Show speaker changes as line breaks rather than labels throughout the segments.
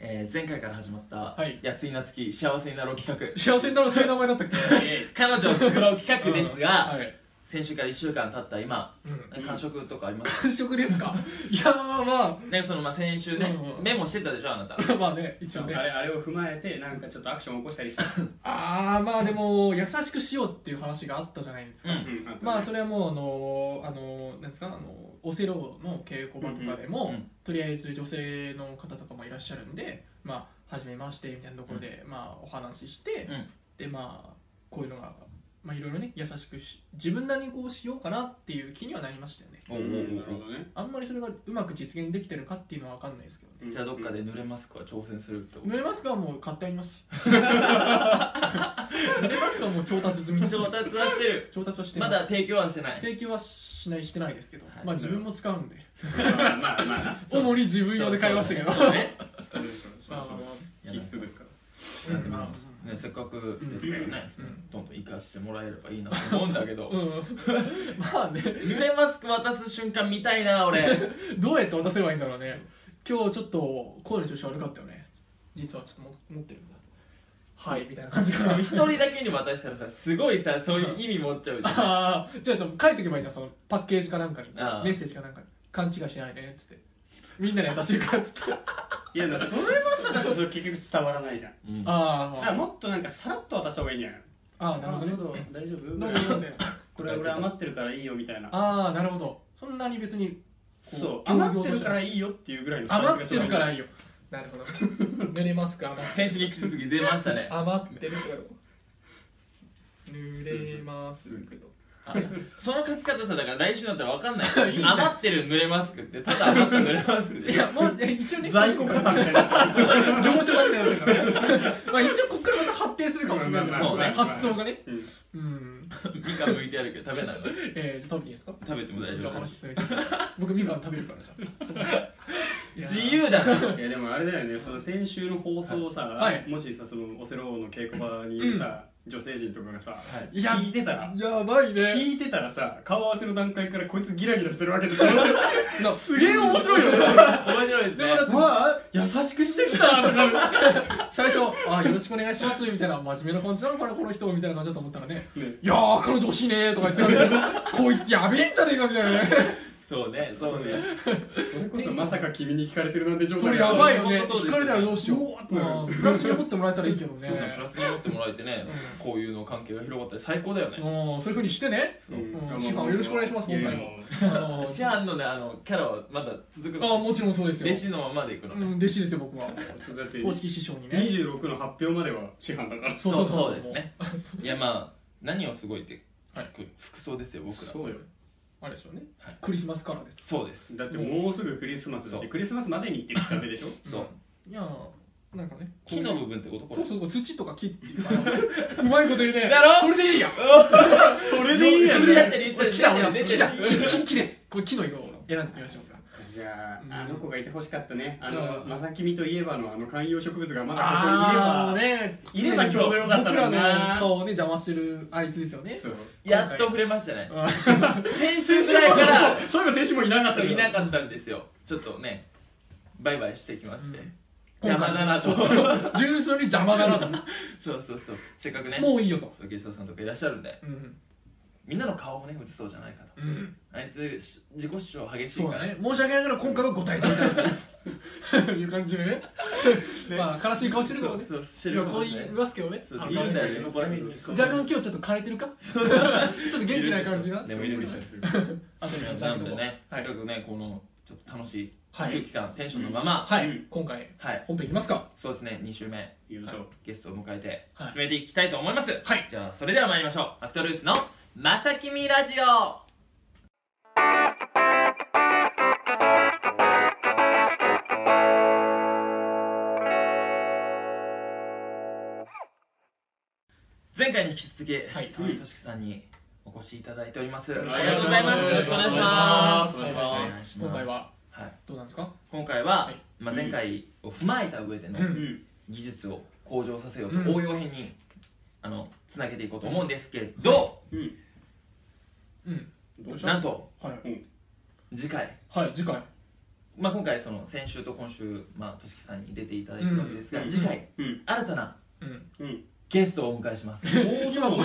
えー前回から始まった
はい
安井なつき幸せになろう企画
幸せになるそういう名前だったっけ
彼女を作ろう企画ですが
はい
先週から1週間経った今
うん
感触とかあります
完食ですか いやまあま
ねそのまあ先週ね
うんうん
メモしてたでしょあなた
あまあね一応ね
あれあれを踏まえてなんかちょっとアクション起こしたり した、
ああまあでも優しくしようっていう話があったじゃないですか、
うん
まあ
そ
それはもうあのあのなんですかあのオセロの稽古場とかでも、
うんうん
とりあえず女性の方とかもいらっしゃるんでまあ初めましてみたいなところで、まあお話しして、
うん
でまあこういうのがまあいろいろね優しくし自分なりにこうしようかなっていう気にはなりましたよね
おうおう
なる
お
ほどね
あんまりそれがうまく実現できてるかっていうのは分かんないですけどね
うじゃあどっかで濡れマスクは挑戦するってこ
濡れますかはもう買ってあります 濡れますかはもう調達済みで
と
す
調達はしてる
調達はしてな
ま
い
だ提供はしてない
提供はしないしてないですけど、
はい
まあ自分も使うんで
まあまあまあな
主に自分用で買いましたけど
そうね
そうでしょ
まあま
そ
あま
う
必須ですから
あ
うんまあねせっかくですからね
うん
どんどん生かしてもらえればいいなと思うんだけど
うんまあね
濡れマスク渡す瞬間見たいな俺
どうやって渡せばいいんだろうね今日ちょっと声の調子悪かったよね実はちょっとも持ってるんだはいみたいな感じかな
一人だけに渡したらさすごいさそういう意味持っちゃうじゃん
ああじゃあちょっと書いとけばいいじゃんそのパッケージかなんかにメ
ああ
ッセージかなんかに勘違いしないでねっつってみんなに優しいからっつってあ
いやだからそれはさだからそれ結局伝わらないじゃん
うん
あ
だ
あ
から
あ
もっとなんかさらっと渡した方がいいんじゃない
ああなる
の
ほどね
どうぞ大丈夫
どうもみたいな
これ俺余ってるからいいよみたいな
ああなるほどそんなに別にこ
そう余ってるからいいよっていうぐらいのサイズが
余ってるか
ちょう
らいいよなるほど濡れますか余って
先週に引き続き出ましたね
余ってるから濡れますけど
あその書き方さだから来週になったら分かんない
いいね
余ってる濡れマスクってただ余った濡れマスク
い
じゃん
やもういや一応
どい
ね
い在 庫型みたいな
業者だってなるからまあ一応こっからまた発展するかもしれないけど
まあまあまあ
発想がね
うん
うん
みかん剥いてあるけど食べないの
えー、食べていいですか
食べても大
じ
丈
ゃあ
夫
話進めて僕みかん食べるからじゃあ
自由だない
やでもあれだよねその先週の放送をさ、
はい
もしさそのオセロ王の稽古場にいるさ、女性陣とかがさ、
はい
いや
聞いてたら
やばいね
聞いてたらさ顔合わせの段階からこいつギラギラしてるわけですよ すげえ面白 いよね
面白いです
で
ね
もだって
わあ優しくしてきたってなる
最初「あよろしくお願いします」みたいな真面目な感じなのかなこの人みたいな感じだと思ったらね「
ね
いやー彼女欲しいね」とか言ってるわ けでこいつやべえんじゃねえかみたいなね
そうねそうね
それこそまさか君に惹かれてるなんて状態
それやばいよね
本当そうです
聞かれたらどうしよ
う
う
わーってなる
うんプラスに思ってもらえたらいいけどね
そうねプラスに持ってもらえてねこういうの関係が広がったり最高だよね
うんそういうふうにしてね
そう
うん師範よろしくお願いします今回もあ の
シャンのねあのキャラはまだ続く
あ
の
もちろんそうですよ
弟子のままでいくの
う
ね
ん弟子ですよ僕は
そうだって
公式師匠にね
26の発表までは師範だから
そ
そうう
そ
そうう
そう
ですねいやまあ何をすごいって、
はい
服装ですよ僕ら
うよ
あれですよね
はい
クリスマスカラーです
そうです
だってもうすぐクリスマスだ
そ
し
う
クリスマスまでに行ってきためでしょ
そう
いやーなんかね
木の部分ってことこ
そう
れ
そうそう土とか木っていうあの うまいこと言うね
だろ
それでいいや
そ
れでいいやん
言
ね
っ
木
木
だ
だ
俺は
木
木
だ
だ
木木ですこれ木の色を選んでみましょうか
じゃ
うん
ああの子がいてほしかったねあ
うん
のまさきみといえばのあの観葉植物がまだ
あ
こ
ー
こにいれば
ね
いればちょうどよかった
僕
の
ら
にな
の顔をね邪魔してるあいつですよね
そう
やっと触れましたね
あ
先週ぐらいか
そう
ら
そうそういえば先週もいなかった
そう
よ
いなかったんですよちょっとねバイバイしてきまして、
うん
邪魔だなと
純粋に邪魔だなと
そうそうそうせっかくね
もういいよと
そうゲストさんとかいらっしゃるんで
うん
みんなの顔をね映そうじゃないかと
うん
あいつし自己主張激しい
そう
から
だね申し訳ないから今回はご退場い ただくいう感じでね まあ悲しい顔してるけどね
そうして
い
る
や
か
こ
ら
う
ね
言いますけどね
そう
あの
いるんだよね
画面
ここら辺に
そう
若干今日ちょっと枯れてる かちょっと元気ない感じが
でも
眠い眠いしちゃってる
後にはなんでね、
はい
せっかくねこのちょっと楽しい
は
空
い
気感、テンションのまま、
は
う
い
ん
今回
はい
本編いきますか
そうですね2週目
言うでしょう
ゲストを迎えて
はい
進めていきたいと思います、
はい
じゃあそれでは参りましょうアクトルーツの「まさきみラジオ」前回に引き続き、
い
沢井俊樹さんにお越しいただいております、
ろしく
あ
お
り
願
が
い
とう
し
ござい
ま
ますすよろしくお願いします
お願いし
お願いします
今回
ま
は
はい、
どうなんですか
今回は、
はい
まあ、前回を踏まえた上での、
うん
うん
技術を向上させよう
うん
と応用編に、あのつなげていこうと思うんですけど、
うん
うんどうした
なんと
はい
次回
はい次回
まあ、今回その先週と今週、まあ、としきさんに出ていただいてるわけですが、
うん
次回
うん
新たな
うん、
うん
ゲストをお迎えします
今も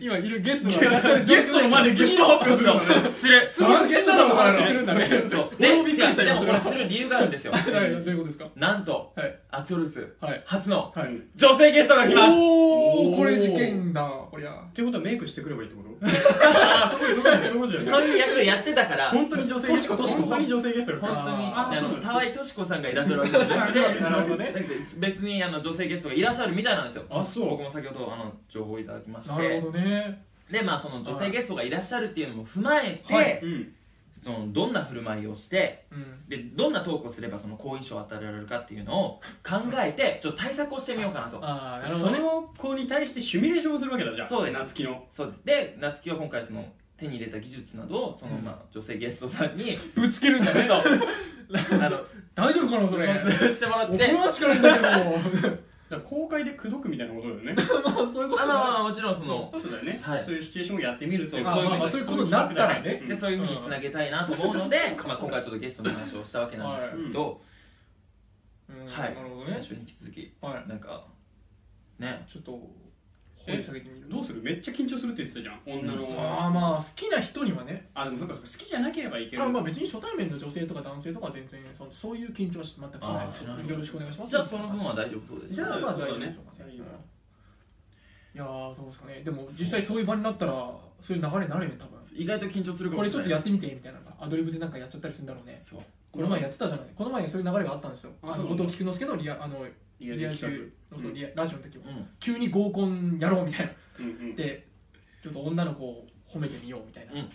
今い るゲストがいらっしゃる
ゲストの前でゲスト発表するのね
する
次のゲストの話するんだね
そう
俺も
ね
びっく
違
り
う
した
で
よ
もこ
それ
れ
は
する理由があるんですよ
はいどういうことですか
なんと
はい
アクトルス
はい
初の
はい
女性ゲストが来ます
お
おー
おこれ事件だこりゃ
ってことはメイクしてくればいいってことああ、そういうことそういうことじゃ
そ
な
う
い。
いう役やってたから本
本当に女性ゲスト、
トシコ
本当に女性ゲスト
当
が
に
あ
あ
ーそうな
の
んですね
沢井敏子さんがいらっしゃるわけじゃなくて
なるほどね
だって別にあの女性ゲストがいらっしゃるみたいなんですよ
あそう
僕も先ほどあの情報をいただきまし
なる
て
ほどね
でまあその女性ゲストがいらっしゃるっていうのも踏まえて、
はい
うん。
そのどんな振る舞いをして
うん
でどんなトークをすればその好印象を与えられるかっていうのを考えてちょっと対策をしてみようかなと
ああなるほ
そ
どね
の子に対してシミュレーションをするわけだじゃん。
そうです
夏希の。
そうですで夏希は今回その手に入れた技術などをその、
うん
まあ、女性ゲストさんに
ぶつけるんだね
そうあの
大丈夫かなそれ
コンサルしてもらっ
怒
て
らしかないんだけど
だから公開で口説くみたいなことだよね。
まあ そういうこ
あまあま
と
あま
だ
あもちろんその
そうだよね
はい。
そういうシチュエーションをやってみるっていう
まあまあまあ
そういうことになったらね
でそういうふうにつなげたいなと思うので、まあ、今回ちょっとゲストの話をしたわけなんですけど、
うん
はい
なるほど
先
ね
週に引き続き
は
なんかね
いちょっと掘り下げてみる
どうするめっちゃ緊張するって言ってたじゃん。女の。
まあまあ好きな人にはね
あ、でもそっかそっか、好きじゃなければいいける。
あまあ別に初対面の女性とか男性とかは全然そのそういう緊張は全くしない
あーしない
よろしくお願いします
じゃあその分は大丈夫そうです
じゃあまあ大丈夫
そうだ
で
ね
しょうかね
いいよ
いやーどうですかねでも実際そういう場になったらそういう流れになるよね多分
意外と緊張するか
こ
もしれない
れちょっとやってみてみたいなのがアドリブでなんかやっちゃったりするんだろうね
そう
この前やってたじゃないこの前そういう流れがあったんですよ
あ
あの
そう
後藤菊之助のリアあの
リア
リア
ル
中
企
のそう
うん
リアラジオの時も
うん
急に合コンやろうみたいな
画。うんうん。
でちょっと女の子を褒めてみようみたいな
うん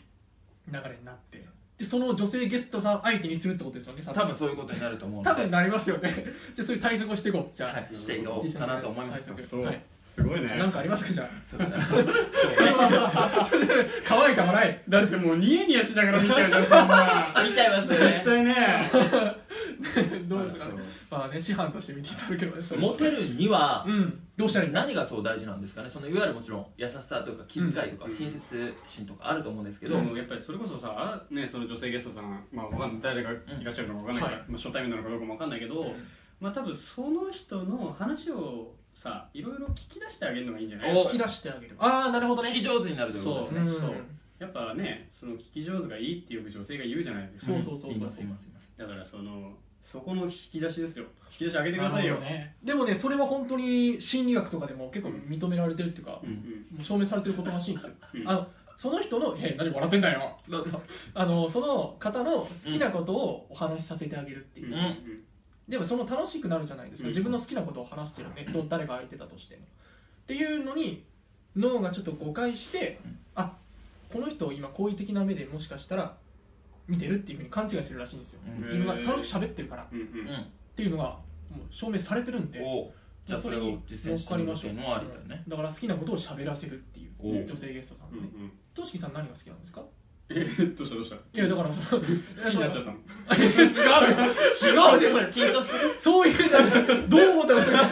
流れになってでその女性ゲストさん相手にするってことですよね
多分そういうことになると思うので
多分なりますよね じゃあそういう対策をしていこうじゃあ、
はい、していこうかなと思います。
す
そう
はい、
すごいね。
なんかありますかじゃ
そう だね
あちょっと乾いた笑い
だってもうニヤニヤしながら見ちゃうじゃん、そ んな。
見ちゃいますよね
絶。対ね。
どうですかまあね師範として見ていただければ
そうモテるには
うんどうしたらいいんだ
何がそう大事なんですかね。そのいわゆるもちろん優しさとか気遣いとか
うん
親切心とかあると思うんですけ
け
ど、
ど、やっぱりそれこそさ、ね、その女性ゲストさん、まあ、わかん誰がいらっしゃるのかわかんないから、
は
まあ、初対面なのかどうかもわかんないけど、
うん
まあ多分その人の話をさいろいろ聞き出してあげるのがいいんじゃない
お
引き出してあげればああなるほどね
聞き上手になるということです
そう
ね。
ん
そうやっぱねその聞き上手がいいってよく女性が言うじゃないですか、
そうそうそうそう
言います言います言います。
だからそのそこの引き出しですよ引き出しあげてくださいよ、
なるほどねでもねそれは本当に心理学とかでも結構認められてるっていうか
う、ん
もう証明されてることらしいんですよ、
うん
あのその人の「え何笑ってんだよ
どうぞ。」
あのその方の好きなことをお話しさせてあげるっていうう、
んうんん
でもその楽しくなるじゃないですか、
うん
自分の好きなことを話してるねど誰が相手だとしてもっていうのに脳がちょっと誤解して、
うん
あこの人を今好意的な目でもしかしたら見てるっていうふうに勘違いするらしいんですよ、
うん
自分が楽しく喋ってるからっ
うん
う
うん
ん。
ていうのがもう証明されてるんで
おうじゃあそれを実践してみるっていうのはありだよね。
だから好きなことを喋らせるっていう
おう
女性ゲストさん
うんう
のね
ん
としきさん何が好きなんですか
えどうしたどうした
いやだ からその好
好きになっちゃったの
た違う違うでしょ
緊張してる。
そういうなんかどう思ったらそういうだ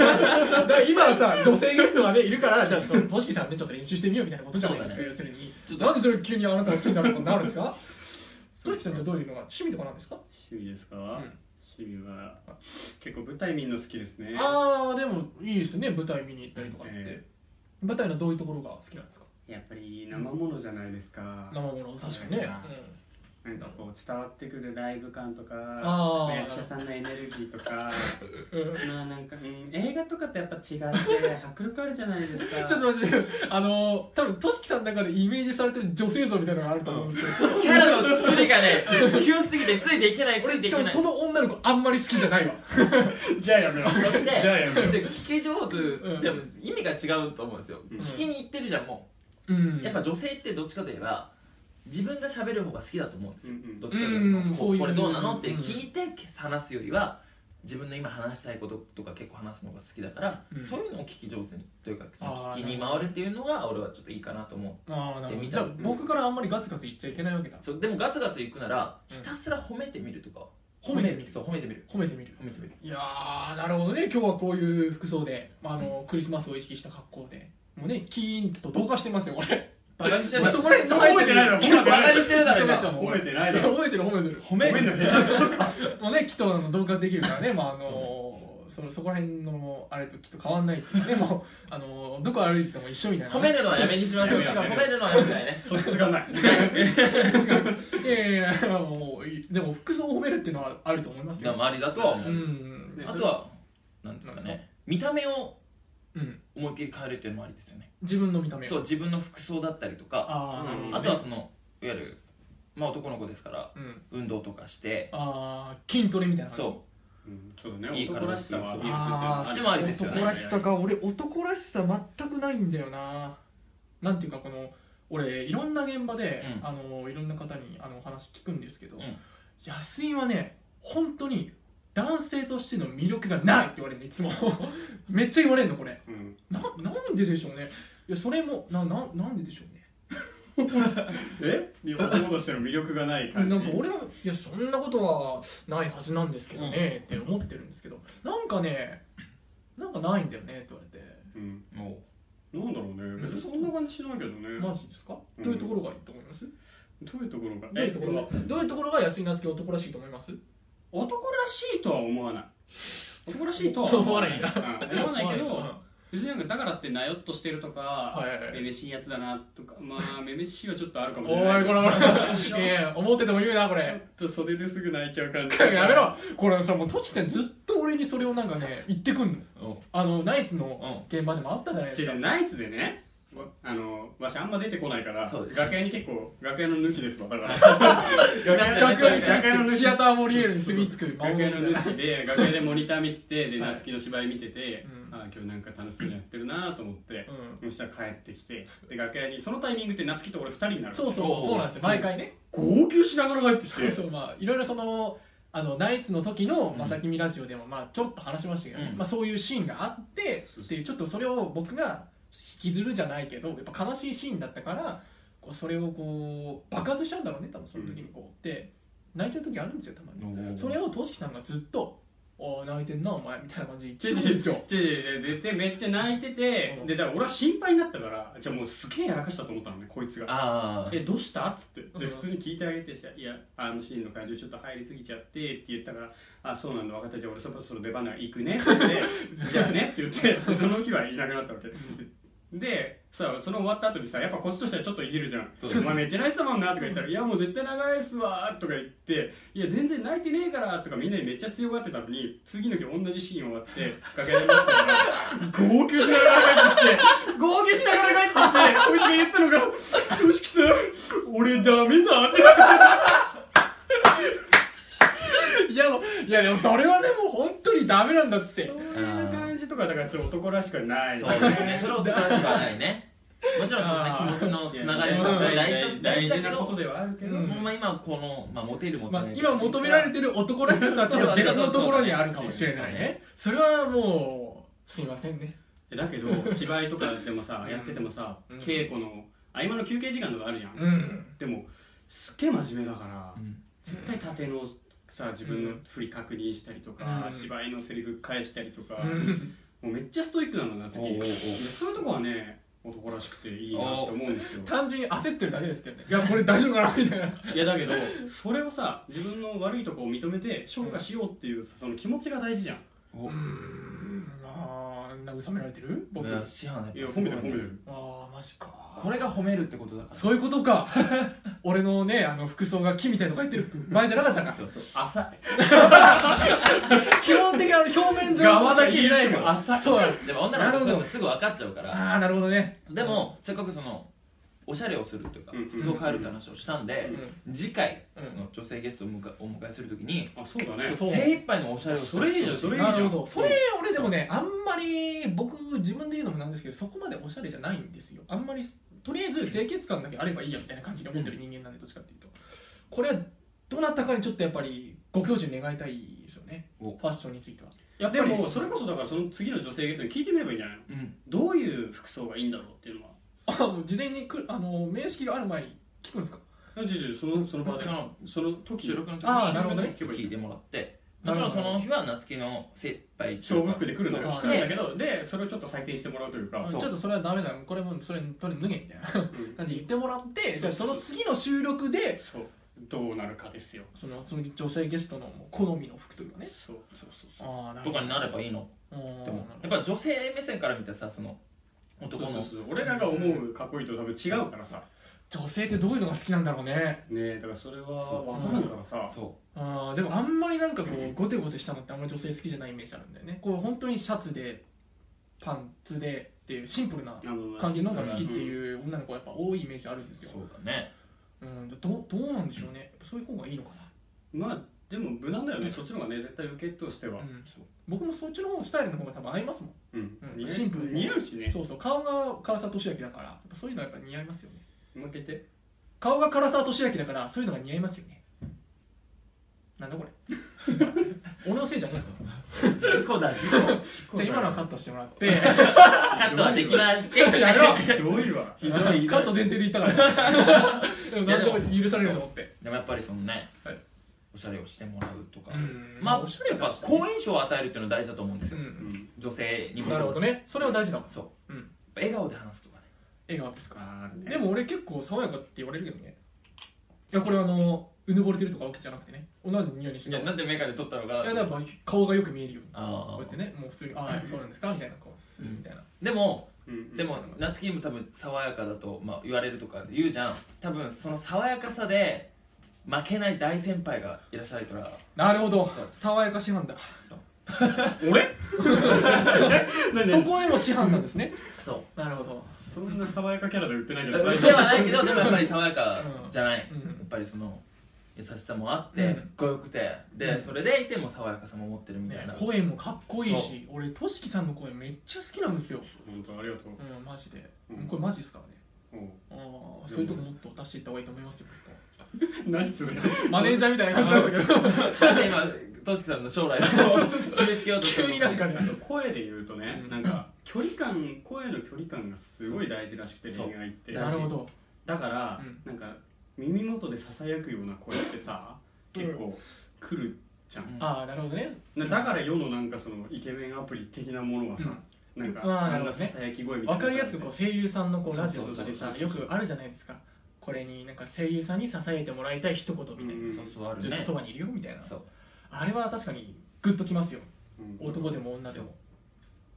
から今はさ女性ゲストがねいるからじゃあそのとしきさんねちょっと練習してみようみたいなことじゃないですか、
そう
要するに
ちょっと
なんでそれ急にあなたが好きになることになるんですかとしきさんってどういうのが趣味とかなんですか
趣味ですか、
ん
趣味は結構舞台見るの好きですね
ああでもいいですね舞台見に行ったりとかって、
え
舞台のどういうところが好きなんですか
やっぱり生ものじゃないですか、
生もの確かにね、
うん
うん
なんかこう伝わってくるライブ感とか
あー
役者さんのエネルギー とか
うん
まあなんか、うん、映画とかってやっぱ違って迫力あるじゃないです か
ちょっと待って、あのー、多分としきさんの中でイメージされてる女性像みたいなのがあると思うんですけど、ちょっと
キャラの作りがね、急すぎてついていけない、つ
俺、
いていけ
基本
ない
そ。の女の子あんまり好きじゃないわ。
じゃあやめろ
そして
じゃあやめろ
で聞き上手でも意味が違うと思うんですよ、
うん
聞きに行ってるじゃんも
うん
うやっぱ女性ってどっちかといえば自分が喋る方が好きだと思うんですよ、
うんうん
どっちかというと
うん
こ
そう
う
いう
これどうなのって
うん
聞いて話すよりは自分の今話したいこととか結構話すのが好きだから、
うん
そういうのを聞き上手にというかその
あー
聞きに回るっていうのが俺はちょっといいかなと思う
ああ、な
で
るほど。
見
じ
た
ゃあ、僕からあんまりガツガツ言っちゃいけないわけだ。
そうでもガツガツ行くなら
うん
ひたすら褒めてみるとか、
褒めてみる
そう褒めてみる
褒めてみる。
褒めてみる
いやー、なるほどね。今日はこういう服装で、まあ、あの、クリスマスを意識した格好で。もうね、キーンと同化してますよ、これ。
バカにしてん
ま
だ
あそこら辺
そこ褒めてないだろ
褒めて
バ
な
カ
い
にしてるだろ
めて
今
たもん
褒めてない
い
だ
や
ろ
褒めてる褒めてる
褒め
褒め
る
んの下手くそか
もうねきっとあの同化できるか らねまああのそのそこら辺のあれときっと変わんないっていうでもあのどこ歩いてても一緒みたいな
褒めるのはやめにしましょうよ
違う
褒めるのはやめない ね
素質がない
いやいやいやもういいでも服装を褒めるっていうのはあると思います
だ
よ
から周りだとは思
う
うんあとはなんですか
なん
ね見た目を
うん
思いっきり変えるっていうのもありですよね
自分の見た目を
そう自分の服装だったりとか
ああなるほどね
あとはそのいわゆるまあ男の子ですから
うん
運動とかして
ああ筋トレみたいな感じ
そ
うんそうだ
い
ね
い
男らしさはアピールする
あ
ー
あ
でもありですよね
男らしさが俺男らしさ全くないんだよななんていうかこの俺いろんな現場で、
うん
あのいろんな方にあのお話聞くんですけど、
うん
安井はね本当に男性としての魅力がないって言われるのいつも めっちゃ言われるのこれ
うん
ななんででしょうねいやそれもなななんででしょうね
え男としての魅力がない感じ
なんか俺はいやそんなことはないはずなんですけどね、って思ってるんですけどなんかねなんかないんだよねって言われて
うん
うも
なんだろうね別にそんな感じしないけどね
マジですか、
うん
どういうところがいいと思います
どういうところが
どういうところがどういうところが安井なつき男らしいと思います
男らしいとは思わない男らしいとは
思
うん思わないけ
うん
ど
は
別になんかだからってなよっとしてるとか
いはいはい
めめしいやつだなとかまあめめしいはちょっとあるかもし
お
れない
いこれ
ち
ほ
ょ
らいや思ってても言うなこ
ちょっ
れ
と袖ですぐ泣いちゃう感じ
やめろこれさもうとしきさんずっと俺にそれをなんかね言ってくんの
うん
あのナイツの現場でもあったじゃないで
違う
す
違
か
うナイツでねわあのわしあんま出てこないから
そうです
楽屋に結構楽屋の主ですわだから楽屋
楽屋に
楽屋
住み着く
の主
シアターモリエールに住み着く
楽屋の
うん
主で楽屋でモニター見ててで
はい
夏希の芝居見てて
うん
あー今日なんか楽しそうにやってるなと思ってそしたら帰ってきてで楽屋にそのタイミングって夏希と俺2人になる
そうそうそうそうなんですよ毎回ね
号泣しながら帰ってき
そ
て
うそうまあいろいろそのあのナイツの時の「
ん
まさきみラジオ」でもまあちょっと話しましたけどね、
うん
まあ、そういうシーンがあって
そうそう
っていうちょっとそれを僕が引きずるじゃないけどやっぱ悲しいシーンだったからこうそれをこう爆発しちゃうんだろうね多分その時にこう、で泣いちゃう時あるんですよたまに、
う
それをとしきさんがずっと「ああ泣いてんなお前」みたいな感じで言
違う
って
違
るんです
う
よ
違う違う違うでめっちゃ泣いてて
うん
でだから俺は心配になったからじゃあもうすげえやらかしたと思ったのねこいつが
ああ
えどうしたっつってで
うん
普通に聞いてあげてしいやあのシーンの会場ちょっと入りすぎちゃってって言ったからあそうなんだ分かったじゃあ俺そろそろ出番だから行くねって言ってじゃあねって言ってその日はいなくなったわけでさその終わった後にさやっぱこっちとしてはちょっといじるじゃん「
そう
お前めっちゃ泣いてたもんな」とか言ったら「いやもう絶対長いっすわ」とか言って「いや全然泣いてねえから」とかみんなにめっちゃ強がってたのに次の日同じシーン終わって楽屋で待ってたら号泣しながら帰ってきて号泣 しながら帰ってきてこいつが言ったのが「としきさん俺ダメだ」って
いやもういやでもそれはねもう本当にダメなんだ って
そういう感じとかだからちょっと男らしくはない
そうですねそれを男らしくはない ねもちろんそのね
あー
気持ちのつながり
い
も大
やまあ
事だ
大事な
けど
ことではあるけど、
うん
ほんま今このまあモテるモテ
ま
な
あ
い、
今求められてる男らしさとはちょっと別のところにあるかもしれないねそれはもうすいませんね
だけど芝居とかでもさ
うん
やっててもさ、
うん
稽古の合間の休憩時間とかあるじゃん、
うん
でもすっげえ真面目だから、
うん
絶対縦のさ自分の振り確認したりとか、
うん
芝居のセリフ返したりとか、
うん
もうめっちゃストイックなの夏
おうおうお
希
う
でそういうとこはね男らしくていいなと思うんですよ
単純に焦ってるだけですけどねいやこれ大丈夫かなみたいない
やだけどそれをさ自分の悪いとこを認めて消化しようっていうさその気持ちが大事じゃん
お
ああなんか慰められてる僕
い
あ
や師範
い
や
や
っぱすご
褒め
い
て
ね
る褒めてる
あマジか
これが褒めるってことだから
そういうことか 俺のねあの服装が木みたいとか言ってる前じゃなかった か
そうそう
浅い
基本的にあの表面上
側だけ言っても
浅いそうだ
でも女の子
なるほど
そういうのすぐ分かっちゃうから
ああなるほどね
でもせっかくそのおしゃれをするというか
うん
服装を変えるって話をしたんで次回
うん
その女性ゲストをお迎えお迎えするときに
あそうだね
そう
精一杯のおしゃれをする
それいいじゃんそれいいじ
な
ゃ
る
ん
ほどそれ俺でもねあんまり僕自分で言うのもなんですけどそこまでおしゃれじゃないんですよあんまりとりあえず清潔感だけあればいいやみたいな感じで思ってる人間なんでどっちかっていうとこれはどなたかにちょっとやっぱりご教授願いたいですよねフ
お
ァッションについてはやっ
で
ぱり
もそれこそだからその次の女性ゲストに聞いてみればいいんじゃないの
うん
どういう服装がいいんだろうっていうのは
あもう事前にくあの面識がある前に聞くんですか
違う違うそのその場で
その
その時
収録の時に
あーなるほどね
聞いてもらってもちろんその日は夏希の精杯
勝負服で来るのよ
そう
来るんだけどでそれをちょっと採点してもらうというか
ちょっとそれはダメだよこれもうそれ取り脱げみたいな
うん
感じで言ってもらってじゃあその次の収録で
そうどうなるかですよ
そのその女性ゲストの好みの服というかね
そうそうそうそう
ああな
とかになればいいの
うん
でもやっぱ女性目線から見たさその男
そう
の
そうそう俺らが思うかっこいいと多分違うからさ
女性ってどういうのが好きなんだろうね
ねえだからそれは
そう
分からんからさ
そ
あーでもあんまりなんかこうゴテゴテしたのってあんまり女性好きじゃないイメージあるんだよねこう本当にシャツでパンツでっていうシンプルな
あの
感じの方が好きっていう女の子はやっぱ多いイメージあるんです
う
よ
そうだね
うんどどうなんでしょうねそういう方がいいのかな
まあでも無難だよねそっちの方がね絶対受けとしては
うん
そう
僕もそっちの方スタイルの方が多分合いますもん、
うん
うん
似合い
シンプルに
似合うしね
そうそう顔が唐沢俊明だからやっぱそういうのはやっぱ似合いますよね
負けて
顔が唐沢俊明だからそういうのが似合いますよねなんだこ れ俺のせいじゃねえぞ
事故だ事故
じゃあ今のはカットしてもらってや
カットはできません
めろ
ひどいわ
ひどいひ
カ
どい
ット前提で言った からでも何でも許されると思って
でもやっぱりそのね、
はい
おしゃれをしてもらうとか、
うん
まあ
おしゃれ
やっ
だ
ぱ
しね
好印象を与えるっていうのは大事だと思うんです
う
よ、
ん
女性にも
なるほどねそれは大事だもん
そう、
うん
やっぱ笑顔で話すとかね
笑顔ですか
あ
でも俺結構爽やかって言われるけどねいやこれあのうぬぼれてるとかわけじゃなくてね同じ匂いにして
い
る
や
い
な
や
んでメガネ取ったのかな
やっぱ顔がよく見えるようにこ
あ
うやってねもう普通に「ああそうなんですか」みたいなこうすーみたいな
ーでも
うん
でも夏希も多分爽やかだと、まあ、言われるとか言うじゃん多分その爽やかさで負けない大先輩がいらっしゃるから
なるほど
そう
爽やか師範だ
俺何
そこへも師範なんですね
そ
なるほど
そんな爽やかキャラで売ってないけ
う
ど
ではないけどでもやっぱり爽やかじゃない、
う
や
ん
っぱりその優しさもあって、
うん
かっこよくてで、
うん
それでいても爽やかさも持ってるみたい
ね
な、
声もかっこいいし俺としきさんの声めっちゃ好きなんですよ
本当ありがとう
うんマジで
うん
これマジですからね
うん
ああそういうとこもっと出していった方がいいと思いますよ
何それ
マネージャーみたいな感じなんですけど
だって今としきさんの将来を決めつけようとしてる
急になんかね
あと声で言うとね
うん
なんか距離感声の距離感がすごい大事らしくて
そう
恋愛って
なるほど
だから、
うん
なんか耳元でささやくような声ってさ
うん
結構来るじゃん、
うん
ああなるほどね
なだから世のなんかそのイケメンアプリ的なものはさ、なんか
うんあーな
な
る
ん
ほ
だ
どね
ささやき声みた
わ
いな
かりやすくこう声優さんのこう
そう
ラジ
そう
オ
そう
とかでさ
そうそ
よ
うそう
くあるじゃないですかこれになんか声優さんに支えてもらいたい一言みたいな、
うん
そうそうある
ずっと
ね
そばにいるよみたいな
そう
あれは確かにグッときますよ
うん
男でも女でも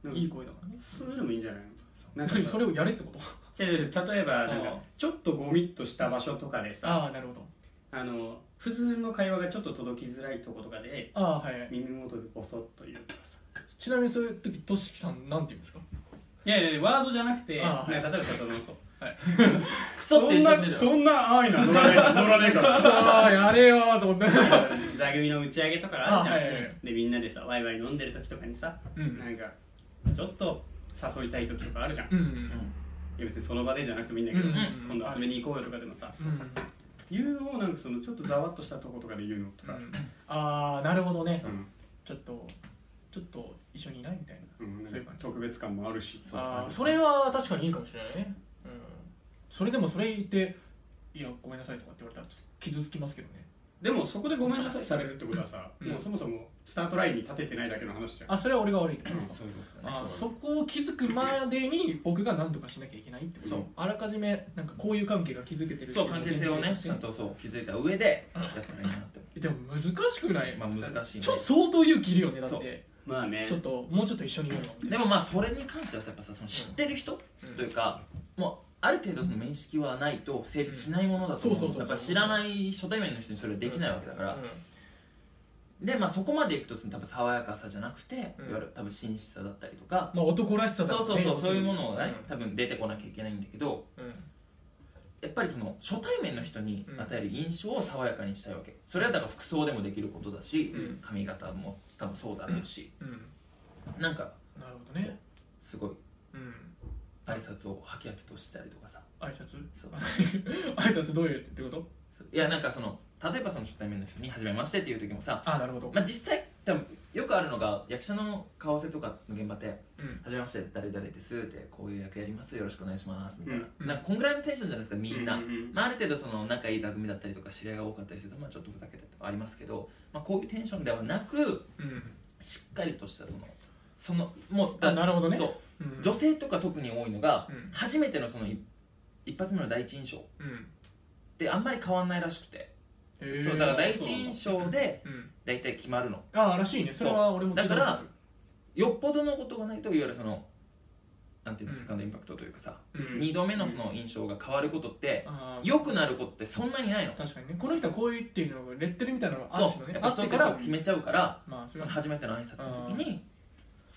なんか
いい声だからね
そういうのもいいんじゃないのなんか
何それをやれってこと
違う違う例えばなん
あー
かちょっとゴミっとした場所とかでさ
ああなるほど
あの普通の会話がちょっと届きづらいとことかで
ああはいはい
耳元でボソッと言うとかさ
ちなみにそういう時としきさんなんて言うんですか
いやいやいやワードじゃなくて
あーはい
なんか例えばその
クソっ
そ
て言っ
ん
ちゃっ
な
てるよ
そんな安易な乗らねえから乗らねえから
ああやれよーと思って
座組の打ち上げとかあるじゃん、
あはいはいはい
でみんなでさワイワイ飲んでる時とかにさ
うん
なんかちょっと誘いたい時とかあるじゃんい
うんう
うんん
や別にその場でじゃなくてもいいんだけど、
うんうんうん
今度遊びに行こうよとかでもさ、
うん
言うのをなんかそのちょっとざわっとしたとことかで言うのとか、
ああなるほどね
うん
ちょっとちょっと一緒にいないみたいな
うんなん
そういう
か
感じ
特別感もあるし
あーそれは確かにいいかもしれないね、うん、それでもそれ言って「いやごめんなさい」とかって言われたらちょっと傷つきますけどね
でもそこでごめんなさいされるってことはさ、
うん
もうそもそもスタートラインに立ててないだけの話じゃん
あそれは俺が悪いってことです
そ
か
ういうことだね
あーそこを気づくまでに僕が何とかしなきゃいけないってこと
そう
あらかじめなんかこういう関係が築けてる
そう関係性をねちゃん
と
とそう気づいた上でやったらいいなって
でも難しくない、
まあ難しいね
ちょっと相当勇気いるよねだって
まあね
ちょっともうちょっと一緒にいようよ
で
みたいな
もまあそれに関してはさやっぱさその知ってる人
うん
というかもうある程度その面識はないと成立しないものだと
そうそう
思
そうう
やっぱ知らない初対面の人にそれはできないわけだからでまあそこまでいくとその多分爽やかさじゃなくていわ
うん
ゆる多分紳士さだったりとか
まあ男らしさだ
そ
よ
う
ね
そうそうそういうものがね多分出てこなきゃいけないんだけど
うんうん
やっぱりその初対面の人に
うん
与える印象を爽やかにしたいわけそれはだから服装でもできることだし、
うん
髪型も多分そうだろうし、
うん
なんか
なるほどね
すごい
うん
挨拶をはきはきとしたりとかさ
挨拶
そう
挨拶どういうってこと
いやなんかその例えばその初対面の人に「初めまして」っていう時もさ、
あなるほど
まあ、実際多分よくあるのが役者の顔合わせとかの現場って
う
「
ん
はじめまして誰々です」って「こういう役やりますよろしくお願いします」みたいな,、
うん
なんかこんぐらいのテンションじゃないですかみんな、
うんうんうん
まあ、ある程度その仲いい座組だったりとか知り合いが多かったりすると、まあ、ちょっとふざけたりとかありますけど、まあ、こういうテンションではなく
うん
しっかりとしたそのそのもう
あなるほどね
そう
うん
女性とか特に多いのが、
うん
初めてのそのい一発目の第一印象っ
うん
てあんまり変わんないらしくて、
へー
そうだから第一印象で
うん
大体決まるの
ああらしいねそれは俺も聞いたことある
よっぽどのことがないといわゆるそのなんていうの
うん
セカンドインパクトというかさ、
うん
二度目のその印象が変わることって、
あー
良くなることってそんなにないの
確かにねこの人はこういうっていうのがレッテルみたいなのがある
そ
し
う
ね
やっ
あ
ぱ
っ
人か
てからら
決めちゃうから
まあそ
そ
れ
の
は
初めての挨拶の時に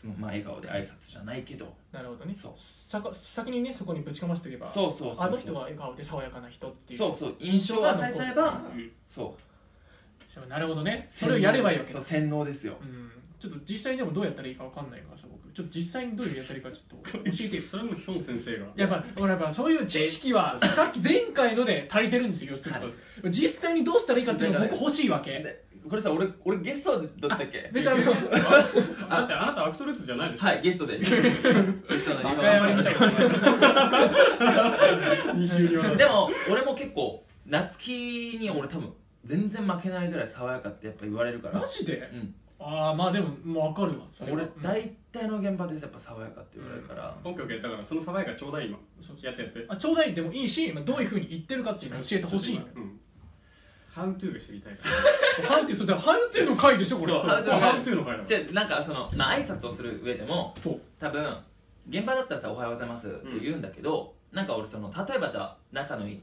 そのまあ笑顔で挨拶じゃないけど
なるほどね
そう
さか先にねそこにぶちかましておけば
そうそうそうそう
あの人は笑顔で爽やかな人っていう
そうそう印象を与えちゃえば
うん
そう
そうなるほどねそれをやればいいわけ
そ
だ
う洗脳ですよ
うんちょっと実際にでもどうやったらいいかわかんないからさ僕ちょっと実際にどういうやったらいいかちょっ と教えてよ
それもヒョン先生が
やっぱ俺やっぱそういう知識はさっき前回ので足りてるんですよ要するに実際にどうしたらいいかっていうのが僕欲しいわけ
でこれさ俺俺ゲストだったっけ
別にあの
だってあなたアクトルーツじゃないでしょ
はいゲスト でゲストの日
バ
本
カやりみたいな
二週にわたって
でも俺も結構夏希に俺多分全然負けないぐらい爽やかってやっぱ言われるから
マジで
うん
ああまあでももう分かるわそれは
俺
うん
大体の現場でやっぱ爽やかって言われるから
オッケーオッケーだからそのサバイがちょうだい今
そうそう
やつやって
あちょうだいでもいいし、まあ、どういうふうに言ってるかっていうのを教えてほしいのよ
うんハウトゥーが知りたいか
ハウトゥーそれだからハウトゥーの回でしょこれ
そう
ら
How to
ハウトゥーの回だ
じゃあなんかその、まあ、挨拶をする上でも
そう
多分現場だったらさ「おはようございます」って言うんだけど、なんか俺その例えばじゃあ仲のいい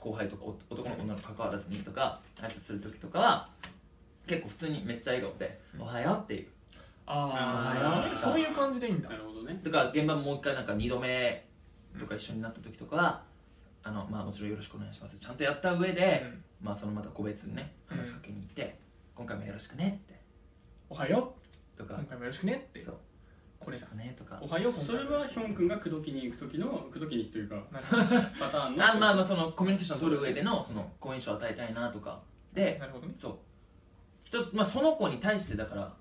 後輩とかお男の子女の子関わらずにとか挨拶する時とかは結構普通にめっちゃ笑顔で「おはよう」っていう
あ
あ
あ
ー
そういう感じでいいんだ
なるほどね
だから現場もう一回なんか2度目とか一緒になった時とかは、あのまあもちろんよろしくお願いしますちゃんとやった上で、
うん
まあそのまた個別にね
うん
話しかけに行って、今回もよろしくねって
おはよ
と
う
か
今、回もよろしくねって
そう
これだ
よろしくねとか
おはよう今
そ
回も
れ
よろ
は
しく
ヒョン君が口説きに行く時の口説きにというか
なるほど
パターンの
あまあまあそのコミュニケーションを取る上でのその好印象を与えたいなとかで
なるほどね
そう一つまあその子に対してだから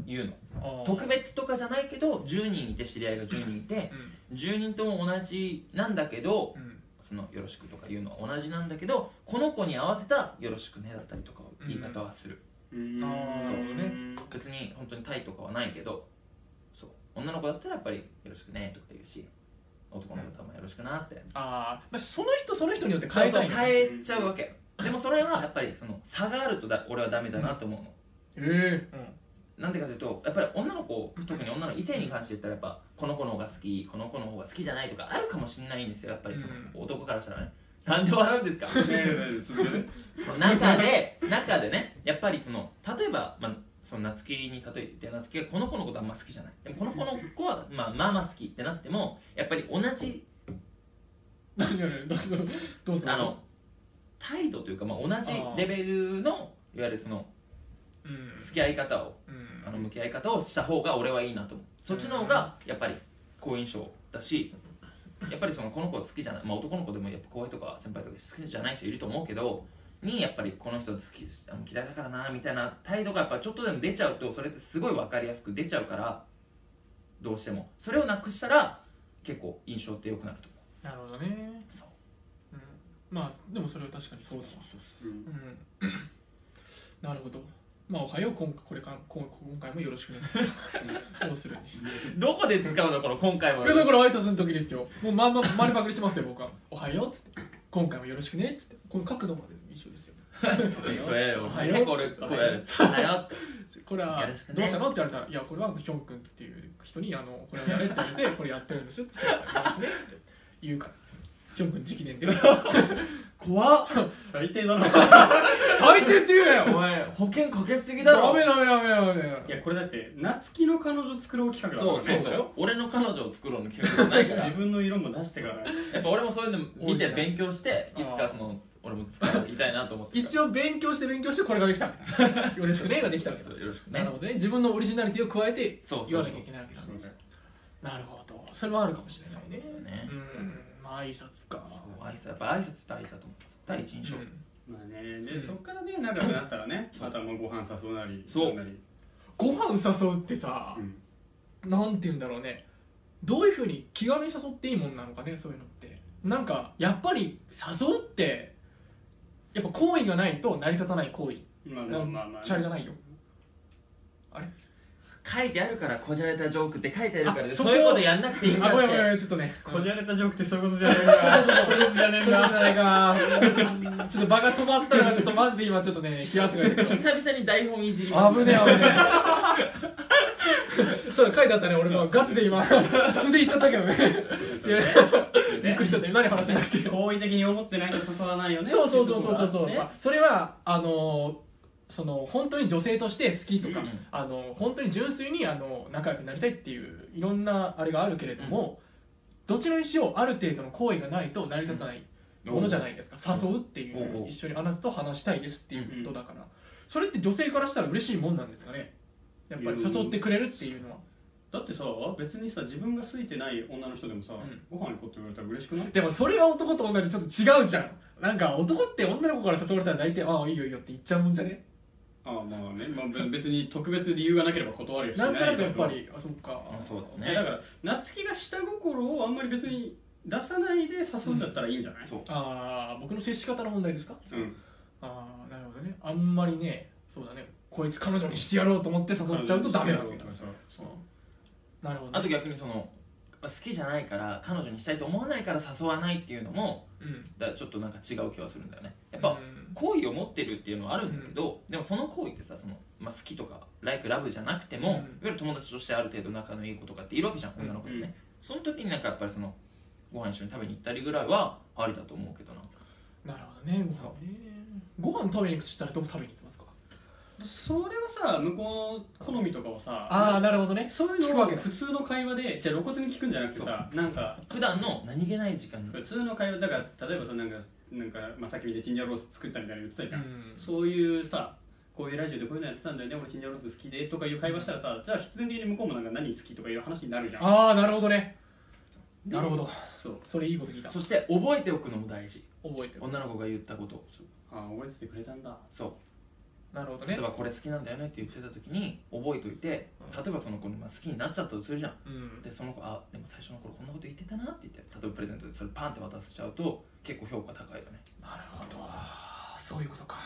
言うの
あー
特別とかじゃないけど10人いて知り合いが10人いて
うん
10人とも同じなんだけど
うん
その「よろしく」とか言うのは同じなんだけどこの子に合わせた「よろしくね」だったりとかを言い方はする、
うーん
あー
そう
別に本当に対とかはないけどそう女の子だったらやっぱり「よろしくね」とか言うし男の子だったら「よろしくな」って、
あーまあその人その人によって
そう
変え
そう
たいのへ
変えちゃうわけでもそれはやっぱりその差があるとだ俺はダメだなと思うの、
え
なんでかというとやっぱり女の子特に女の異性に関して言ったらやっぱこの子の方が好きこの子の方が好きじゃないとかあるかもしれないんですよやっぱりその、
う
男からしたらねなんで笑うんですか
いやいやいや続けて
中で中でねやっぱりその例えば、まあ、その夏希に例えて夏希がこの子のことあんま好きじゃないでもこの子の子は、まあ、まあまあ好きってなってもやっぱり同じ
うんいやいやどうぞどうぞ
あの態度というか、まあ、同じレベルのいわゆるその
うん
付き合い方を
うん
あの向き合い方をした方が俺はいいなと思うそっちの方がやっぱり好印象だしやっぱりそのこの子好きじゃない、まあ、男の子でもやっぱ後輩とか先輩とか好きじゃない人いると思うけどにやっぱりこの人好きあの嫌いだからなみたいな態度がやっぱちょっとでも出ちゃうとそれってすごい分かりやすく出ちゃうからどうしてもそれをなくしたら結構印象って良くなると思
なるほどね
そう
うんまあでもそれは確かにそうだわ
う
うん
うんなるほどまあおはよう今これからこ今回もよろしくねどうするに
どこで使うのこの今回はい
やだから挨拶の時ですよもうまんま丸パクリしてますよ僕は「おはよう」っつって「今回もよろしくね」っつってこの角度まで一緒ですよ
それよ
はい
結構俺これだよって
これ
よ
はど
ろ
う
しくね
したのって言われたら「いやこれはヒョン君っていう人にあのこれをやれ」って言われて「これやってるんですよ」って言ってよろしくね」っつって言うからヒョン君直伝で怖っ
最低だな
最低って言うな
お
よ
前保険かけすぎだろ
ダメダメダメダメダ
い
メ
やこれだって夏希の彼女作ろう企画だ
そ
か
う
ら
そうそ
ね
う俺の彼女を作ろうの気がない から
自分の色も出してから
やっぱ俺もそういうの見て勉強していつ
多いじゃん
かその俺も使っていたいなと思って
一応勉強して勉強してこれができたんだよろしくねができたわけだ
そうよろしく
な
ね
るほどね自分のオリジナリティを加えて
そうそうそう
言わなきゃいけないわけだなるほどそれもあるかもしれないね
ね
うんまあ挨拶か
そう挨拶やっぱ挨拶って大事だと思う第一印象
うん
まあねでそっからね仲良くなったらねまたもうご飯誘うなり
そう
なり
ご飯誘うってさ
う、ん
なんて言うんだろうねどういうふうに気軽に誘っていいもんなのかねそういうのってなんかやっぱり誘うってやっぱ行為がないと成り立たない行為
まあま
な
あ
ん
まあまあ
シャレじゃないよ
書いてあるからこじゃれたジョークって書いてあるからで
あそ
そ
こ
ういうことやんなくていいんだ
あ
っ
ご
て
めんごめんごめんちょっとね
こじゃれたジョークってそういうことじゃねえなそういうことじゃねえ
そういうこと
な
じゃないかちょっと場が止まったらちょっとマジで今ちょっとね冷や汗が出てき
久々に台本いじり
た
ま
危
し
ね
た
え危ねえそう書いてあったね俺もガチで今素で言っちゃったけどねいやびっくりしちゃった今何話してたっけ
好意的に思ってないと誘わないよね
そうそうそうそうそうそう、
っていところがあって
まあそれはあのーその本当に女性として好きとか、
うん
あの本当に純粋にあの仲良くなりたいっていういろんなあれがあるけれども、どちらにしようある程度の行為がないと成り立たないものじゃないですか、誘うっていう、
おうおう
一緒にあなたと話したいですっていうことだから、それって女性からしたら嬉しいもんなんですかねやっぱり誘ってくれるっていうのは
だってさ別にさ自分が好いてない女の人でもさ、
うん
ご飯行こうって言われたら嬉しくない
でもそれは男と女でちょっと違うじゃんなんか男って女の子から誘われたら大体ああいいよいいよって言っちゃうもんじゃね
ああまあね、まあ、べ別に特別理由がなければ断るよし
なんとなくやっぱ
い
りあそっか
あそうだ
や
ね
だから夏希が下心をあんまり別に出さないで誘うんだったらいいんじゃない、
そう
ああ僕の接し方の問題ですか
うん
ああなるほどねあんまりねそうだねこいつ彼女にしてやろうと思って誘っちゃうとダメなわけだ
そう
なるほど、ね、
あと逆にその好きじゃないから彼女にしたいと思わないから誘わないっていうのも
うん
だちょっとなんか違う気はするんだよねやっ
う
ぱ
ん
好意を持ってるっていうのはあるんだけど、でもその行為ってさその、まあ、好きとかライクラブじゃなくても、
うん
いわゆる友達としてある程度仲のいい子とかっているわけじゃん女の子ってね、その時になんかやっぱりそのご飯一緒に食べに行ったりぐらいはありだと思うけどな
なるほどねご飯ねご飯食べに行くとしたらどこ食べに行きますか
それはさ向こうの好みとかをさ
ああなるほどね
そういう
聞く
のを
わけだ
普通の会話でじゃあ露骨に聞くんじゃなくてさなんか
普段の何気ない時間に
普通の会話だから例えばさなんかなんか、まあ、さっき見てチンジャオロース作ったみたいなの言ってたじゃん
うん
そういうさこういうラジオでこういうのやってたんだよね俺チンジャオロース好きでとかいう会話したらさじゃあ必然的に向こうもなんか何好きとかいう話になるじゃん
ああなるほどねなるほど
そう
それいいこと聞いた
そ
覚
して覚えておくのも大事
えてる
女の子が言ったこと
ああ覚えててくれたんだ
そう
なるほど
例え
ね
ばこれ好きなんだよねって言ってた時に覚えといて例えばその子にまあ好きになっちゃったとするじゃん
うん
でその子あでも最初の頃こんなこと言ってたなって言って例えばプレゼントでそれパンって渡せちゃうと結構評価高いよね
なるほどそういうことか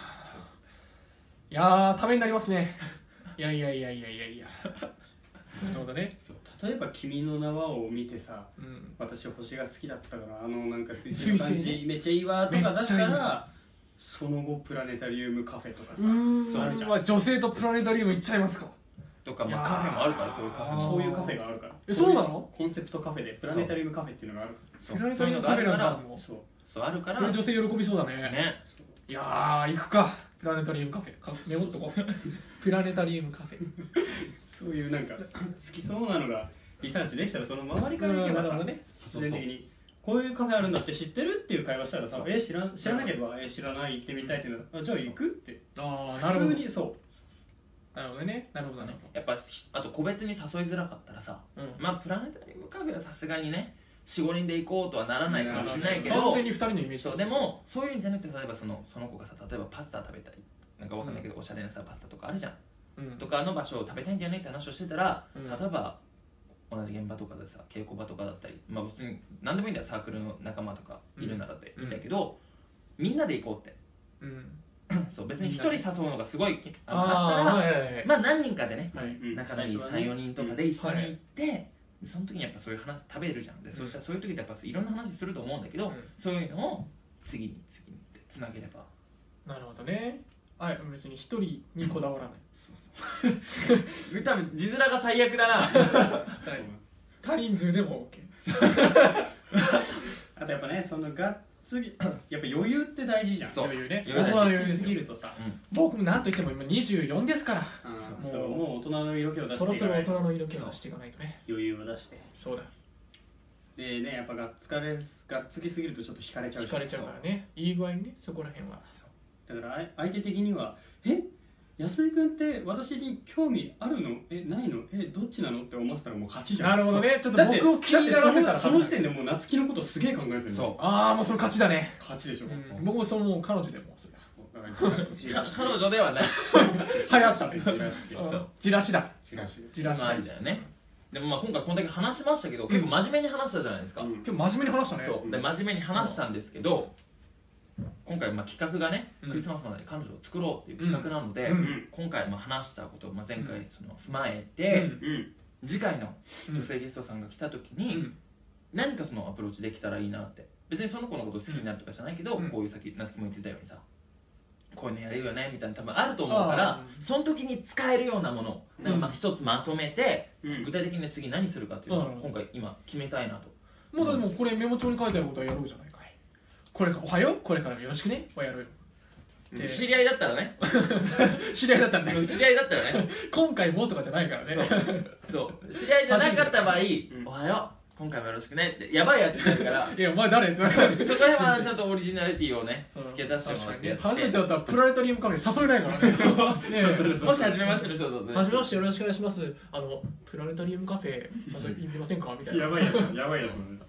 いやーためになりますねいやいやいやいやいやいやなるほどね
例えば「君の名は」を見てさ
うん
私星が好きだったからあのなんか水
水
星の
星
感
ね
じめっちゃいいわとかだった
めっち
らその後プラネタリウムカフェとかさ
う
そうあるじ
ー
ゃ
ん
ん
まあ女性とプラネタリウム行っちゃいますか
とか
いや
ま
ー
あカフェもあるからそういうカフェも
そういうカフェがあるから
えそうなの
コンセプトカフェでプラネタリウムカフェっていうのがある
そ
プ
う
ラネ
そ
タ
う
リ
いうの
ウ
が
ムカ
あるか
フェなんだ
ら
も
そう
そうあるか
う
ら
それ女性喜びそうだね
ね
いやー行くかプラネタリウムカフェかメモっとこうプラネタリウムカフェ
そういうなんか好きそうなのがリサーチできたらその周りから見け
な
ば
る
さ
ほどね
必然的にこういうカフェあるんだって知ってるっていう会話したらさえ知らん知らなければえ知らない行ってみたいっていうのはじゃあ行くって
ああなるほ
普
ど
通にそ
なるほどねなるほどね
やっぱひあと個別に誘いづらかったらさ
うん
まあプラネタリウムカフェはさすがにね45人で行こうとはならないかもしれないけ
完
ど
全に二人のイメージ
そうでもそういうんじゃなくて例えばそのその子がさ例えばパスタ食べたいなんかわかんないけど、おしゃれなさパスタとかあるじゃん
うん
とかの場所を食べたいんだよねって話をしてたら、
うん
例えば同じ現場とかでさ稽古場とかだったりまあ別に何でもいいんだよサークルの仲間とかいるならって
う
い
ん
いんだけど、みんなで行こうって
うん
そう別に一人誘うのがすごいきあの
ああ
だっ
はいはいは
たら
い
まあ何人かでね
う、
はい
うん
仲のいい
最初はね
34人とかで一緒
うん
に行って、でその時にやっぱそういう話食べるじゃんでそしたらそういう時ってやっぱいろんな話すると思うんだけど、
うん
そういうのを次に次にってつなげれば
なるほどねはい別に一人にこだわらない
そうそう多分字面が最悪だな
そう
多人数でも OK
あとやっぱねそのがっつり やっぱ余裕って大事じゃん
そう
余裕ね
余裕
大人の余
好
裕
き
です
すぎ
よ
るとさ
僕もなんといっても今24ですから
うん
そう
そうもう大人の色気を出して
そろ
い
そ
か
ろ
な
大
い
人の色気を出していかないとね
余裕を出して
そうだ
でねやっぱがっつかれがっつきすぎるとちょっと惹かれちゃう
引
し
かれちゃうからねいい具合にねそこら辺は
だからあい相手的には「え安井君って私に興味あるのえないのえどっちなの?」って思ってたらもう勝ちじゃん
なるほどねちょっと
だって
僕を気にならせたら
だってそのその時点でもう夏希のことすげえ考えてるの
そう
ああもうその勝ちだね、
勝ちでしょ、
うん僕もそのもう彼女でもうそれ
だか
違
ら
う
彼女ではない
流行ったね
散らして
うん
そう
チラシだ
散らして
チラシ
まあありだよねでもまあ今回こんだけ話しましたけど結構真面目に話したじゃないですか、
うん
今日真面目に話したね
そうで真面目に話したんですけど今回まあ企画がね、
うん
クリスマスまでに彼女を作ろうっていう企画なので、
うん
うん
今回まあ話したことをまあ前
う
回
ん
その踏まえ
う
て、
ん
うん
次回の女性ゲストさんが来た時に、
うん
何かそのアプローチできたらいいなって別にその子のこと好きになるとかじゃないけど、
うん
こういう先夏希も言ってたようにさこういうのやれるよねみたいな多分あると思うから
あー
その時に使えるようなものなんかまあ一つまとめて、
うん
具体的に次何するかっていうのを
うん
今回今決めたいなと
もうだってもうこれメモ帳に書いてあることはやろうじゃないかいこれかおはようこれからもよろしくねはやろうよで
知り合いだったらね
知り合いだったん だよ
知り合いだったらね
今回もとかじゃないからね
そう知り合いじゃなかった場合「
うん
おはよう今回もよろしくね」ってやばいやつになるから
いやお前誰ってなるか ら
そこら辺はちょっとオリジナリティをね
そう
付け出してもらっ
確か
て
に
や
ね
って
初めてだったらプラネタリウムカフェ誘えな いからねねえ
そうそうそう
もし初めましての人だとね
はじめましてよろしくお願いしますあのプラネタリウムカフェ誘いませんかみたいな
やばいやつやばいやつなんだ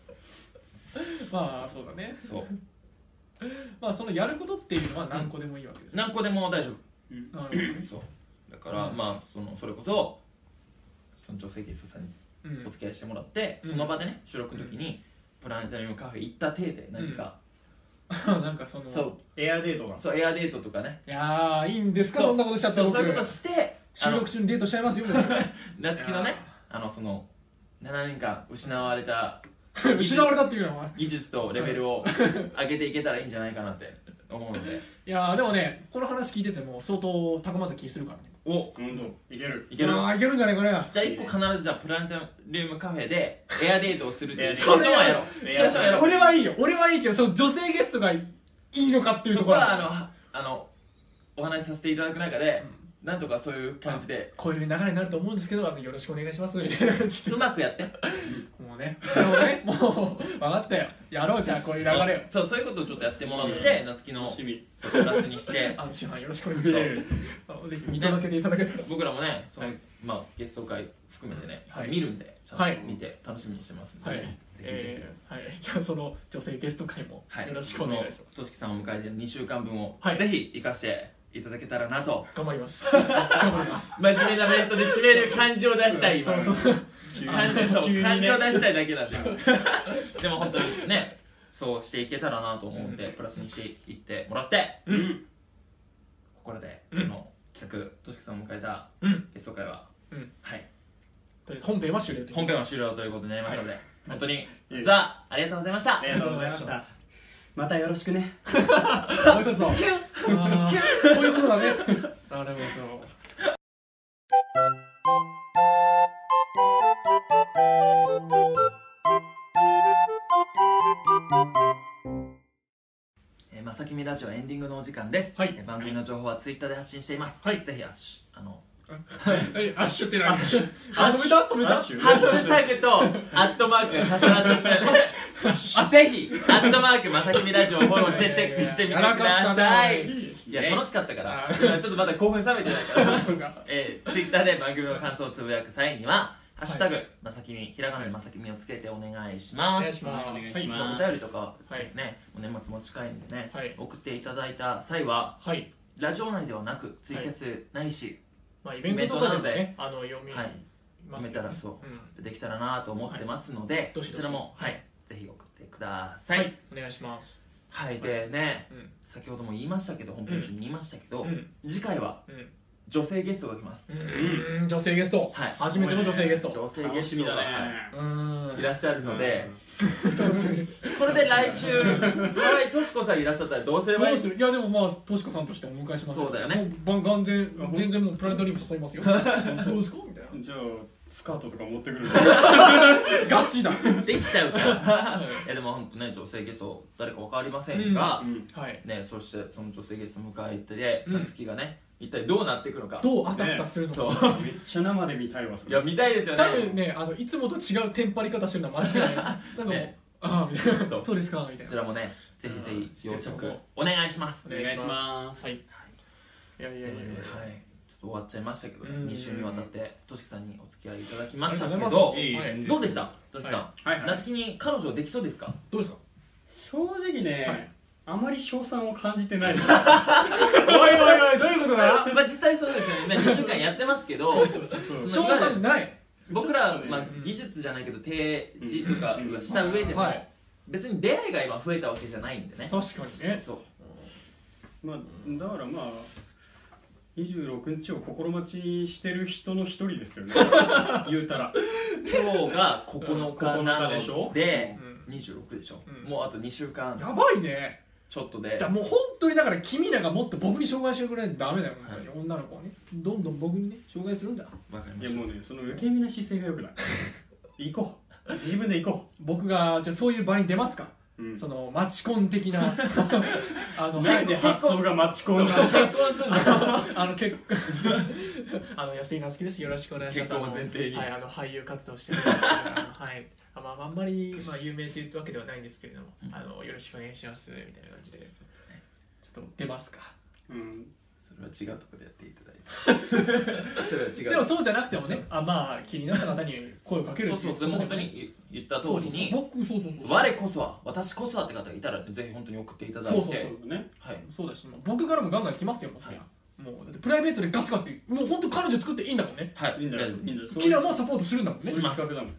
まあそうだね
そう
まあそのやることっていうのは何個でもいいわけです、
何個でも大丈
なるほどね
夫そうだから、
うん
まあそのそれこそその女性ゲストさんに
うん
お付き合いしてもらって、
うん
その場でね収録の時に、プラネタリウムカフェ行った体で何か、
なん かその
そう
エアデートだ
そうエアデートとかね
いやーいいんですか
そう
そんなことしちゃって
そう
僕
そういうことして
収録中にデートしちゃいますよ 僕
あの夏希のねあのその7年間失われた
失われたっていうのは
技術とレベルを上げていけたらいいんじゃないかなって思うの で
いやーでもねこの話聞いてても相当高まった気するからね
お
本当いける
いける
あーいけるんじゃないかな
じゃあ1個必ずじゃあプラネタリウムカフェでエアデートをするってい
エア
う
デー
シチ
ト
ュエーションはやろうシチュエーションはやろう
俺はいいよ俺はいいけどその女性ゲストがいいのかっていう
そ
と
こ
ころ
はあのはあのお話しさせていただく中で、なんとかそういう感じで
こういう流れになると思うんですけどあのよろしくお願いしますみたいな感じで
うまくやって
もうねもうねもう分かったよやろうじゃあこういう流れを
そうそういうことをちょっとやってもらって、
う
夏希の
楽しみ
そうプラスにして
あの師範よろしくお願いし
見
ま
れる
すぜひ見届けていただけたら
僕らもねその、
はい
まあ、ゲスト会含めてね、
はい
見るんでちゃ
は
ん
い
と見て楽しみにしてますんで、
はい
ぜひぜひ、
えーはいじゃあその女性ゲスト会も
はい、
よろしくお願いします
このとしきさんを迎えて2週間分を、
はい
ぜひ生かしていただけたらなと
頑張ります頑張ります
真面目なメントで締める感情を出したい今
そうそうそう
急に
感情そう
急にね
感情を出したいだけなんで でも本当にねそうしていけたらなと思うんで、
うん
プラスにしていってもらって
うん
ここらで、
うん
この企画としきさんを迎えた
うん
ゲスト会は、
うん
はい、
とりあえず本編は終了という
本編は終了ということになりましたので、本当に、
いえ
さあありがとうございました
ありがとうございましたまたよろしくね
もう一つの。あーこういうことだね。なるほど。
えー、まさきみラジオエンディングのお時間です、
はい
えー番組の情報はツイッターで発信しています、ぜひあしあの
え、アッシュって何？アッシュ。
アッシュ
止めた？
アッ
止
シ
め
ュ
た？
ハッシュタグとアットマークが重なっちゃったのでぜひアットマークまさきみラジオをフォローしてチェックしてみてくださいいや楽しかったから
あ、
ちょっとまだ興奮冷めてないから
そうか
えー、ツイッターで番組の感想をつぶやく際には「ハッシュタグまさきみ」ひらがなでまさきみをつけてお願いし
お
ます
願いします。
お願いします
はい
まあお便りとか
はい
ですね、もう年末も近いんでね、
はい
送っていただいた際は
はい。
ラジオ内ではなくツイキャスないし、
まあイベントとかでもね、あの読み
はい
ます
読め
けど
た
ね
らそ
うん。
できたらなと思ってますので、
ど
こ
しどし
ちらも、はい、ぜひ送ってください。
は
はい
い、、お願いします。
でね、
うん
先ほども言いましたけど、本編中に言いましたけど、
うん
次回は女性ゲストが来ます。
うん。うん。女性ゲスト。
はい
初めての女性ゲスト。
女性ゲストが、
うー
はい、
ん
い。らっしゃるので、
楽しみです。
これで来週、沢井敏子さんいらっしゃったらどうすれ
ど
ばいうい
するいやで もまあとしこさんとしてお迎えします
そうだよね
もうば完全全然もうプラネタリウム誘いますよどうですかみたい
じゃあスカートとか持って くる
なガチだ
できちゃうから。いやでも本当ね、女性ゲスト誰かわかりませんが、
うん
はい
ね、そしてその女性ゲスト迎えて、
うん
月がね、一体どうなっていくのか。
どうあたふたするのか、
そう。
めっちゃ生で見たいわそ
い
れ
や、見たいですよね。
多分ねあのいつもと違うテンパり方してるのは間違いないなんかもう、
ね
ああみたいな
そ
そううですかみたい
こ
な
ちらもね、ぜひぜひ
うん
要チェックお願いします。
ね
はい。
お願いし
ま
はいいやい
ち
や
ょ
いやいや
っと終わっちゃいましたけど、
うん
2週にわたって、としきさんにお付き合いいただきました
あ
け
りがとうご
ど
ざ、います
いい
はい
どうでしたとしきさん。
はいはい
夏希に彼女できそうですか
どうですか
正直ね、あまり賞賛を感じて ないの
おいおいおいどういうことだ
まあ実際そうですよね、まあ、2週間やってますけど
そう
賞賛ない
僕ら、まあ
う、ん
技術じゃないけど定時とかはした上でも、
はい
別に出会いが今増えたわけじゃないんでね
確かにね
そう
まあだからまあ26日を心待ちにしてる人の一人です よね言うたら
今日が9日なので
9日でしょ
うん
26でしょ、
うん
もうあと2週間
やばいね
ちょっとで
だからもう本当にだから君らがもっと僕に障害してくれないとダメだよ本当に、女の子はねどんどん僕にね障害するんだ
わかり
い
ま
や
した
もうねその受け身な姿勢がよくない行こう自分で行こ
僕がじゃあそういう場に出ますか、
う、うん
そのマチコン的なあの
なんで発想が待ち込んだの
結婚するんだ
あの結構 あの安井夏樹ですよろしくお願いします
結婚を前提に
あのはいあの俳優活動してるんですけどあのはいあまああんまりまあ有名というわけではないんですけれどもあのよろしくお願いしますみたいな感じでちょっと出ますか
うん
それは違うとこでやっていただいて それは違う
でもそうじゃなくてもねあまあ気になった方に声をかける
そ
っ
う
て
そ
い
ううそれも本当に言言った通りに
そうそうそう僕そうそうそう
我こそは私こそはって方がいたらねぜひ本当に送っていただいて
そう
そうだね
はい
そうだしもう僕からもガンガン来ますよもうそりゃもうだってプライベートでガツガツもう本当彼女作っていいんだもんね
はい
いいんだよ
大丈夫
いいんだよそうい
キ
う
ラもサポートするんだもんね
そういう企画だもん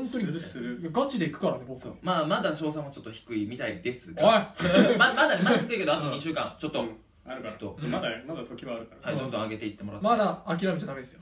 本当に
するする
いやガチで行くからね僕は
まあまだ賞賛もちょっと低いみたいです
お
が
い
ままだねまだ低いけどあと2週間ちょっと、
うんあるから
ちょっと
じゃあまだまだ時はあるから
はいどんどん上げていってもらって
まだ諦めちゃダメですよ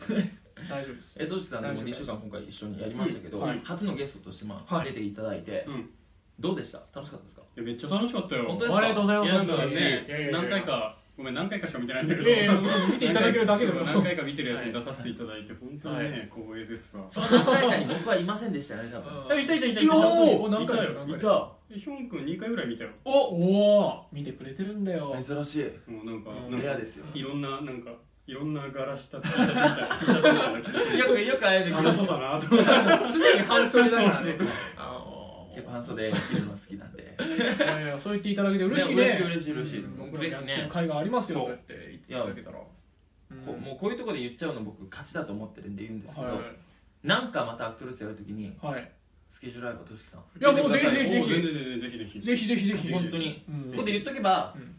大丈夫です
えとしきさんでも
大丈夫
2週間今回一緒にやりましたけど、
うんはい
初のゲストとしてまあ、
はい
出ていただいて、
うん
どうでした楽しかったです か
いやめっちゃ楽しかったよ
本当ですかありがとうご
ざ
いやなんか
いやいやい
ね
や
何回かごめん何回かしか見てないんだけ
いやいや
ど
見ていただけるだけでも
何回か見てるやつに出させていただいて本当にね光栄ですわ
その中に僕はいませんでしたよね多分
うん
えいたいたいたい
い
た
やー
いた
何回
よ
だよ
いた
ヒョン君2回ぐらい見たよ
おおー見てくれてるんだよ
珍しい
もうなんか
うん
なん
レ
か
アですよ
いろんななんかいろんな柄した T シャツみたいな T シャツみたいなの着て
よくよくあえて
楽しそうだなと思って
常に半袖だから
そう
ね
そう
あの
結構半袖着るの好きなんで
ーいやいやそう言っていただけて嬉しいね
嬉しい嬉しい嬉しい
うん僕ら
ぜ
やっ
ひ
てる
ね
会がありますよ
そ
そううやって言っていただけたらうん
こうもうこういうところで言っちゃうの僕勝ちだと思ってるんで言うんですけど、
は
なんかまたアクトレスやるときに
いはい
スケジュール合えばとしきさん
いやもうぜひぜひ
おう
ぜ
ぜひぜひ
ひぜひぜひぜひ
本当に
うん
ここで言っとけば、
うん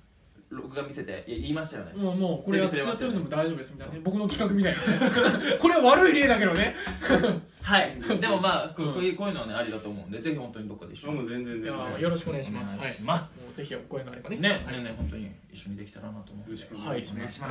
録画見せていや言いましたよね、
もうもうこれやっちゃってるのも大丈夫ですみたいなね僕の企画みたいなねこれは悪い例だけどね
はいでもまあこ
うん
こういうこういうのはねありだと思うんでぜひ本当にどっかで一緒
あ
に
もう全然
い
全然
やーよろしくお願いします
お
は
願
い
いします
もうぜひお声があればね
ねねねね本当に一緒にできたらなと思うんで
よろしく
はい
お願いします
は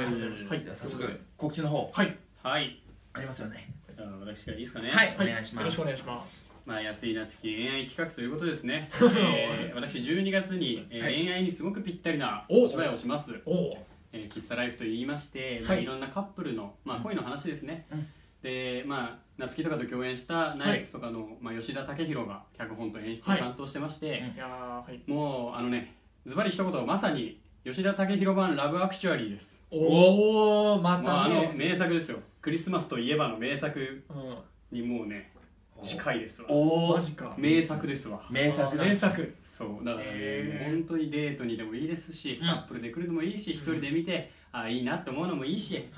い
では早速告知の方
はい
はい
ありますよね
じゃあ私からいいですかね
はいお
はい
願いし
よ
ま
ろし
す
くお願いします
まあ、安井夏樹恋愛企画ということです ね、えー私12月に、えー
はい
恋愛にすごくぴったりな
お
お芝居をします、
おお
えー喫茶ライフと言いまして、まあ
はい
いろんなカップルの、まあ、恋の話ですね、
うん
でまあ夏樹とかと共演したナイツとかの、まあ、吉田武宏が脚本と演出を担当してまして、
い
いやーはい
もうあのねズバリ一言まさに吉田武宏版ラブアクチュアリーです、
おおま
もうあ
た
の
ね
名作ですよクリスマスといえばの名作
う
にもうね近いですわ
ん
おお
マジか
名作ですわ
名作だ
名作
そうだからね、
へー
もう本当にデートにでもいいですし、
うん
カップルで来るのもいいし一人で見て、ああいいなって思うのもいいし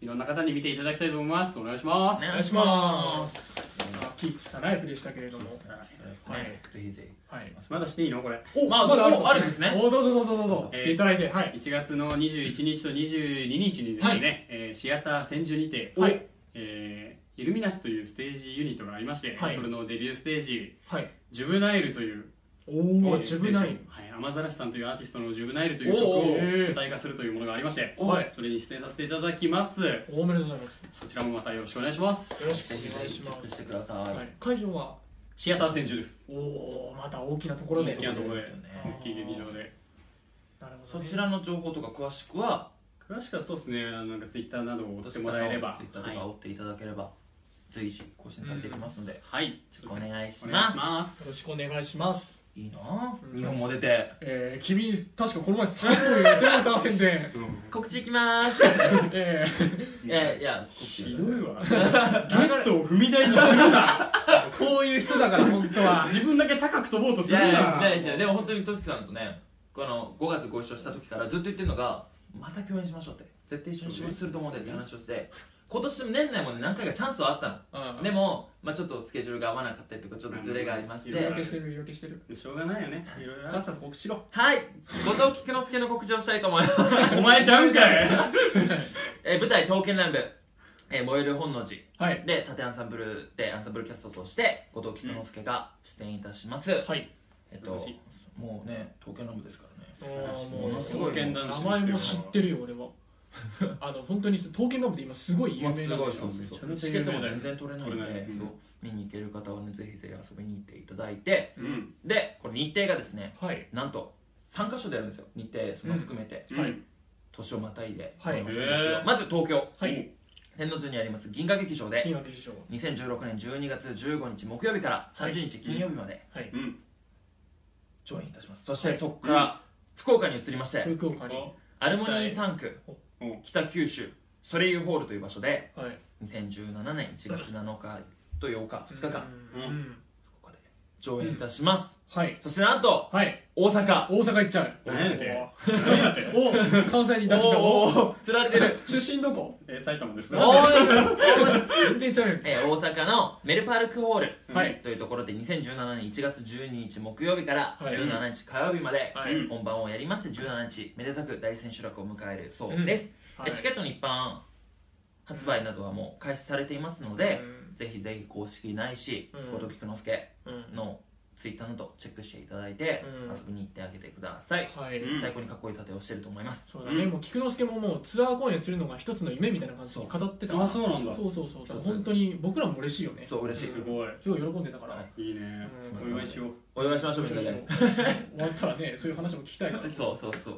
いろんな方に見ていただきたいと思いますお願いします、
ね
お願いしますあキッズさライフでしたけれども
そうです
はい
ねぜひぜ
はい
まだしていいのこれ
お
まあ
と
おあるんですね
おどうぞどうぞどうぞ
えー
していただいてはい
1月の21日と22日にですね、
はい
えーシアター千住にて、
はい
えーイルミナスというステージユニットがありまして、
はい
それのデビューステージ
はい
ジュブナイルという
お
え
お
ー
自分ない
ステージはい、雨ざらしさんというアーティストの「ジュブナイル」という曲
お
を
ー
舞台化するというものがありまして
はい
それに出演させていただきます
おめでとうございます
そちらもまたよろしくお願いします
よろ
ひぜ
し
ひ
くお願
ぜ
い
ひチ
し
ェック
ま
し
す
てください、
はい会場は
シアター千住です
おおまた大きなところで
大きなところで
ですよね
うん
大きい劇場で
なるほど
そ
ね
ちらの情報とか詳しくは
詳しくはそうですねあのなんかツイッターなどを追ってもらえれば
ツイッターとか追っていただければ、随時更新されていきますので、よ
はい
ろしくお願いし
お願
ま
い
す
しま
よ
す
ろしくお願いします
いいなあ
うん
日本も出て
えー、君確かこの前最後にやってなかった宣 伝
告知いきまーす
え
いやいや告知
ひどいわゲストを踏み台にするな
ー、こういう人だから本当は
自分だけ高く飛ぼうと
い
する
やいやし
な
ないしないでも本当にとしきさんとねこの5月ご一緒した時からずっと言ってるのがまた共演しましょうって絶対一緒に仕事すると思うんだよって話をして今年も年内もね何回かチャンスはあったの、
うん
でもまあ、ちょっとスケジュールが合わなかったりとかちょっとズレがありまし
いろい
て
色気してる色気してる
でしょうがないよねいろいろ
さっさと告知しろ
はい後藤菊之助の告知をしたいと思い ます
お前ちゃうんかい
えー舞台「刀剣乱舞」えー燃える本能寺
はい
で縦アンサンブルでアンサンブルキャストとして後藤菊之助が出演いたします、
はい
えっ
素晴
と
らしい
もうね刀剣乱舞ですからね
もう
ものすごい
刀剣
名
男子ですよ
前も知ってるよ俺は あの本当に刀剣ラブって今すごい有
まあ
名
す
なん
ごい
です
そ
よ
うそうそう
めち
チ
ゃめち
ケット
ゃ有名だ
も
よ
全然取れないん
取れな
で
いうん
そう見に行ける方はねぜひぜひ遊びに行っていただいて
うん
でこれ日程がですね
はい
なんと3箇所であるんですよ日程その含めて、
はい
年をまたいで
はい
やりますんですけど
へー
まず東京
はい
天王洲にあります銀河劇場で
金河劇場
2016年12月15日木曜日から30日金曜日まで
はい
うん
上演いたしますそしてそこから福岡に移りまして
福岡には
アルモニー3区
うん
北九州ソレイユホールという場所で
い
2017年1月7日と8日2日間
うんうん
ここで上演いたします
はい
そしてなんと
はい
大阪
大阪行っちゃう
何やって
お
何やって
関西人出してた
お
お
お釣られて る
出身どこ
えー埼玉です
お
ね
ー
全然ちゃうよ
えー大阪のメルパルクホール
はい
というところで2017年1月12日木曜日から
はい
17日火曜日まで
は
うん
本番をやりまして17日めでたく大千秋楽を迎えるそうです、
は
えチケットの一般発売などはもう開始されていますので、ぜひぜひ公式ないし
うん
後藤菊之助
うんうん
のツイッターなどチェックしていただいて、
うん
遊びに行ってあげてください、
はい
うん
最高にかっこいい盾をしてると思います
そうだね
うん
もう菊之助ももうツアー公演するのが一つの夢みたいな感じに語ってた
あそうなんだ
そうそうそうだから本当に僕らも嬉しいよね
そう嬉しい
すごい
すごい喜んでたから
はい
いいね
う
お
ん
祝いしよう
お祝いしましょうみんなで
終わったらねそういう話も聞きたいから
そうそうそう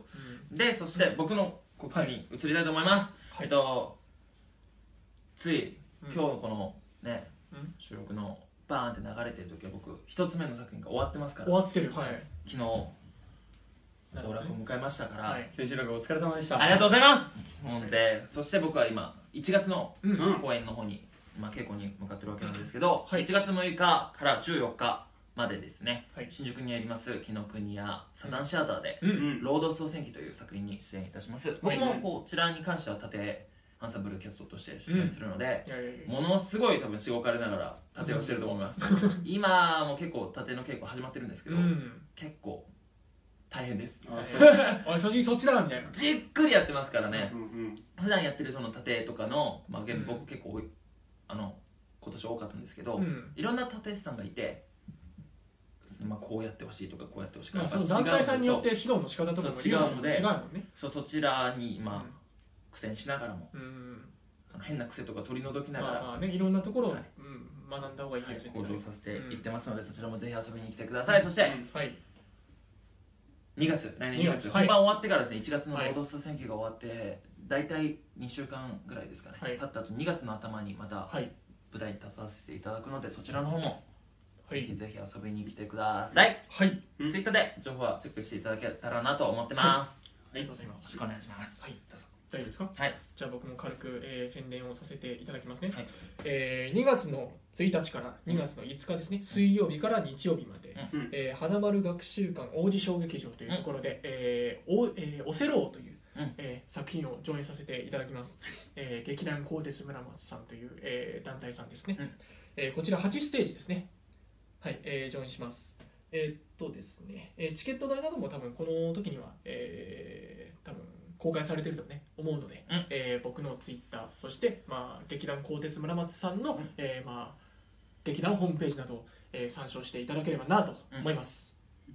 うでそして僕の告知に移りたいと思います、
はい
えっとつい
う
今
ん
日のこのね、
うん
収録のバーンって流れてる時は僕一つ目の作品が終わってますか
ん
ら
終わってるはい
昨日後
なるほどね
楽を迎えましたから、
はい
千秋楽お疲れ様でした
ありがとうございますほんでそして僕は今1月の
うん
うん
公演の方に、まあ、稽古に向かってるわけなんですけど、
はい
1月6日から14日までですね、
はい
新宿にあります紀ノ国屋サザンシアターで
う
うん
「
ん
ロード総選挙」という作品に出演いたします僕もこちらに関しては縦アンサンブルキャストとして出演するので、
いやいやいや
ものすごい多分しごかれながら盾をしてると思います 今も結構盾の稽古始まってるんですけ
う
ど、
ん
結構大変です
あそう
あ写真そっちだみたいな
じっくりやってますからね、
うんうん
普段やってるその盾とかの、まあ、現
うん
僕結構多い、あの今年多かったんですけど、
うん
いろんな盾師さんがいて、まあ、こうやってほしいとかこうやってほしいから
まあその
や
団
っぱ違うん
体
です
さんによって指導の仕方とかも
そう違うので
違うもんね
そうそちらに、まあ、苦戦しながらも
うんうん
その変な癖とか取り除きながら、
まあまあねいろんなところを
はい
うん学んだ方がいいよ
はい
絶対
向上させていってますので、そちらもぜひ遊びに来てください、そして
はい
2月来年2月
2月
本番終わってからですね1月の
はい
労働者選挙が終わって大体2週間ぐらいですかね、
はい
経った後2月の頭にまた
はい
舞台に立たせていただくのでそちらの方も
は
ぜひ
い
ぜひ遊びに来てください、
はい
うん
ツイッターで情報はチェックしていただけたらなと思ってます、
ありがとうございま
よ
す
ろしくお願いします
はい
どうぞ
大丈夫ですか
はい
じゃあ僕も軽く、えー宣伝をさせていただきますね、
はい
えー2月の1日から2月の5日ですね、水曜日から日曜日まで、
うん
えー花丸学習館王子小劇場というところで「えーおえーオセロー」という、
うん
えー作品を上演させていただきます、えー劇団鋼鉄村松さんという、えー団体さんですね、
うん
えーこちら8ステージですねはい、えー上演しますえーっとですね、えーチケット代なども多分この時には、えー多分公開されてるとね思うので、
うん
えー僕のツイッターそして、まあ、劇団鋼鉄村松さんの、えーまあ、劇団ホームページなどを、えー参照していただければなと思います、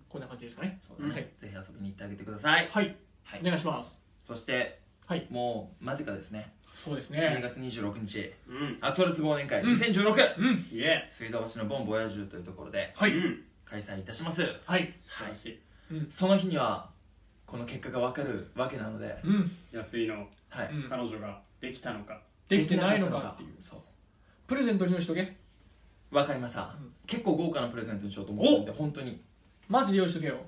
こんな感じですかね
そうだね
はい
ぜひ遊びに行ってあげてください、
はい、
はい
お願いします
そして、
はい
もう間近ですね
そうです
12
ね
月26日
うん
アトルス忘年会
うん
2016、
うん
イエ
水道橋のボンボヤージュというところで
は
ー
い、
うん
開催いたします
はい
素晴らしい
その日にはこの結果が分かるわけなので、
うん、
安いの
はい
うん
彼女ができたのか
できてないのかっていう
そう
プレゼントに用意しとけ
分かりました、
うん
結構豪華なプレゼントにしようと思ってるんで本当に
マジで用意しとけよ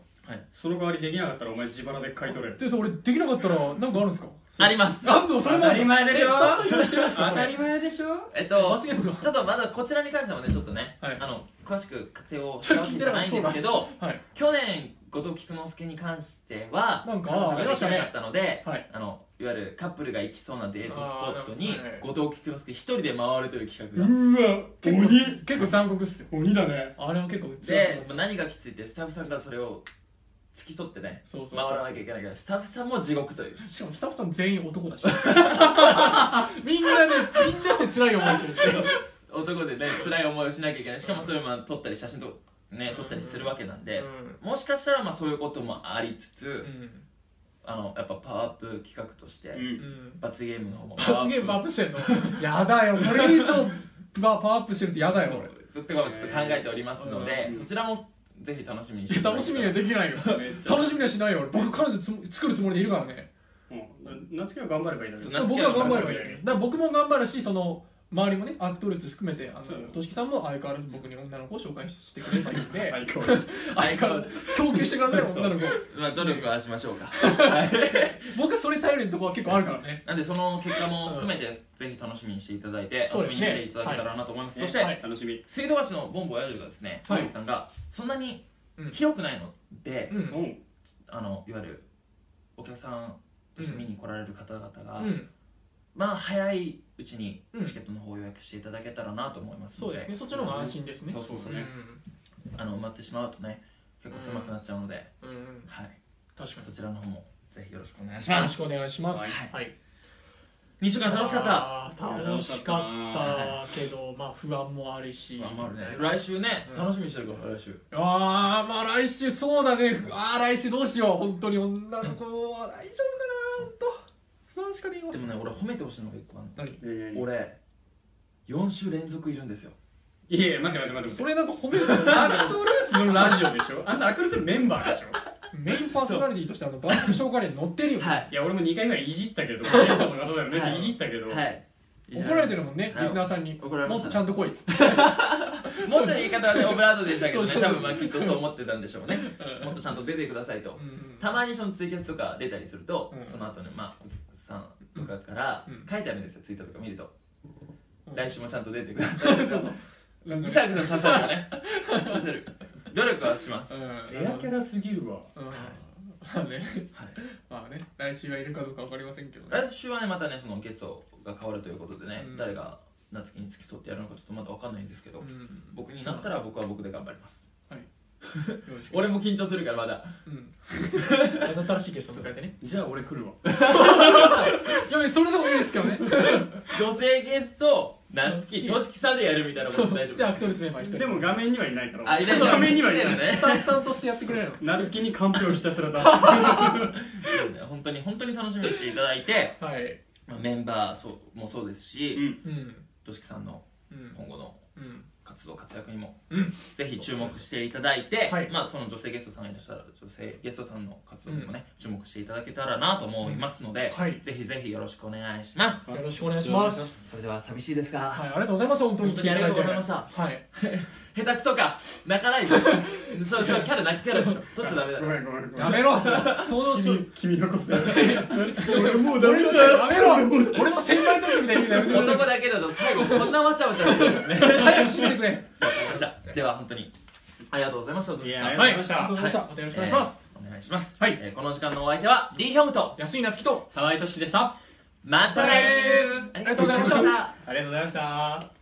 その代わりできなかったらお前自腹で買い取れ
でさ俺できなかったらなんかあるんですか
あります
なんでもそれもある
前でしょ
えスタッフ用意してますか
当たり前でしょ
えっ
それ
と
罰ゲームが
ちょっとまだこちらに関してもねちょっとね、
はい
あの詳しく確定をしたわけじゃないんですけど
はい
去年後藤菊之助に関しては
なんか
彼女
あり
が
ま
で
し
き
たね
なかったので
はい
あのいわゆるカップルが行きそうなデートスポット
あ
に
ーなるほ
後藤菊之助一人で回るという企画が
うわ
結構結構残酷っすよ
鬼だね
あれは結構強
で
そうだった
何がきついってスタッフさんからそれを付き添ってね
そうそう
回らなきゃいけないからスタッフさんも地獄という
しかもスタッフさん全員男だし みんなでみんなして辛い思いするっていう
男でね辛い思いをしなきゃいけないしかもそれをまあ撮ったり写真とかね撮ったりするわけなんでもしかしたらまあそういうこともありつつあのやっぱパワーアップ企画として
う
うんん
罰ゲームの方も
罰ゲームパワーアップしてんのやだよそれ以上パワーアップしてるってやだよ俺
とかもちょっと考えておりますので、
うん
そちらもぜひ楽しみに
いや
いただ
楽
け
しみ
た
に
ら
はできないよ楽しみにはしないよ俺僕彼女つ作るつもりでいるからね
うん夏希は頑張ればいいだろう
そう夏希
僕は頑張ればいい
夏希は頑張ればいい
だから僕も頑張るしその周りもねアクトルーツ含めてあ
そうだよ
のとしきさんも相変わらず僕に女の子を紹介してくれればいいんで
最高です
相変わらず供給してください女の子
まあ努力はしましょうか
僕はそれ頼りのとこは結構あるからね
なんでその結果も含めてぜひ楽しみにしていただいて
そう
遊び
です
に
ね
来ていただけたらなと思います
ね
そして、
はい
楽しみ
水道橋のボンボ親父がですね、
はい
はい、さんがそんなに
うん
広くないので、
う
うんん
あのいわゆるお客さんとして見に来られる方々が、
うん
まあ早いうちに
うん
チケットの方を予約していただけたらなと思いますの
そうですねそっちの方が安心ですね
そうそうそう
ね
あの埋まってしまうとね結構狭くなっちゃうので、
うんうん
はい
確かに
そちらの方もぜひよろしくお願いし
よ
ま
ろ
す
しくお願いします
はい
はい
2週間楽しかった
った楽しかったけどまあ不安もあるし
頑張るね
来
来週ね、
うん
楽しみにしてるから来週
ああまあ来週そうだねああ来週どうしよう本当に女の子は大丈夫かな本当不安しかねえわ
でもね俺褒めてほしいのが1個ある
何
ね
の俺4週連続いるんですよ
いやいや待って待って待って
それなんか褒めるの
アクトルーツのラジオでしょあんたアクトルーツのメンバーでしょ
メインパーソナリティとしてあの番組紹介に載ってるよ
はい
いや俺も2回ぐらいいじったけど皆さんの方だよね
は
っ
い
ていじったけど
はい
怒られてるもんね
はい
リスナーさんに
怒られま
も
し
ったとちゃんと来いっつって
もうちょい言い方はねオブラートでしたけどね
そうそう
多分まあきっとそう思ってたんでしょうねもっとちゃんと出てくださいとたまにそのツイキャスとか出たりすると、
うん
その後ねまあお客さんとかから
うん
書いてあるんですよ、ツイッターとか見ると、
うん
来週もちゃんと出てくださいとか
そう
ぐさぐさ刺さるよね刺さる努力はします、
レアキャラすぎるわ
うんまあ
は
ね
い
まあね来週はいるかどうかわかりませんけどね
来週はねまたねそのゲストが変わるということでね、
うん
誰が夏希に付き添ってやるのかちょっとまだ分かんないんですけど、
うん
僕になったら僕は僕で頑張ります
よろしく
俺も緊張するからまだ
うん、 新しいゲストを迎えてね
じゃあ俺来るわ
いやそれでもいいですけどね
女性ゲスト夏希としきさんでやるみたいなこと大丈
でア
夫
クトレスメンバー一人
でも画面にはいないから
あいない
画面にはい
い
な
の
い
ね
スタッフさんとしてやってくれるの
夏希にカンペをひたすら出す
そうね本当に本当に楽しみにしていただいて、
はい
まあ、メンバーそうもそうです
う
し
ん
うん
としきさんの
うん
今後の
うん
活動活躍にも、
うん
ぜひ注目していただいて、
はい
まあ、その女性ゲストさんがいらっしゃる女性ゲストさんの活動にもね、注目していただけたらなと思いますので、
はい
ぜひぜひよろしくお願いします
よろしくお願いします
それでは寂しいですか、
はいありがとうございました本当に
本当にありがとうございました
はい
下手くそか泣かないでそうそうキャラ泣くキャラでしょ取っちゃダメだ
ごめんごめんごめ
や
ん
めろそのそ
君君の個性俺 もうダメ
俺の
だよ
やめろ俺の先輩の時みたいに言うのやめ
男だけだと最後こんなわちゃわちゃしてるんですね
て早く締めてくれ
わかりましたでは本当にありがとうございました
いやありが
はい
とうございました
ありがとうございましたまたよろしくお願いします、、
えーお願いします、
はい
えーこの時間のお相手はリーヒョンと
安井夏樹と
沢井俊樹でしたまた来週
ありがとうございました
た
ありがとうございました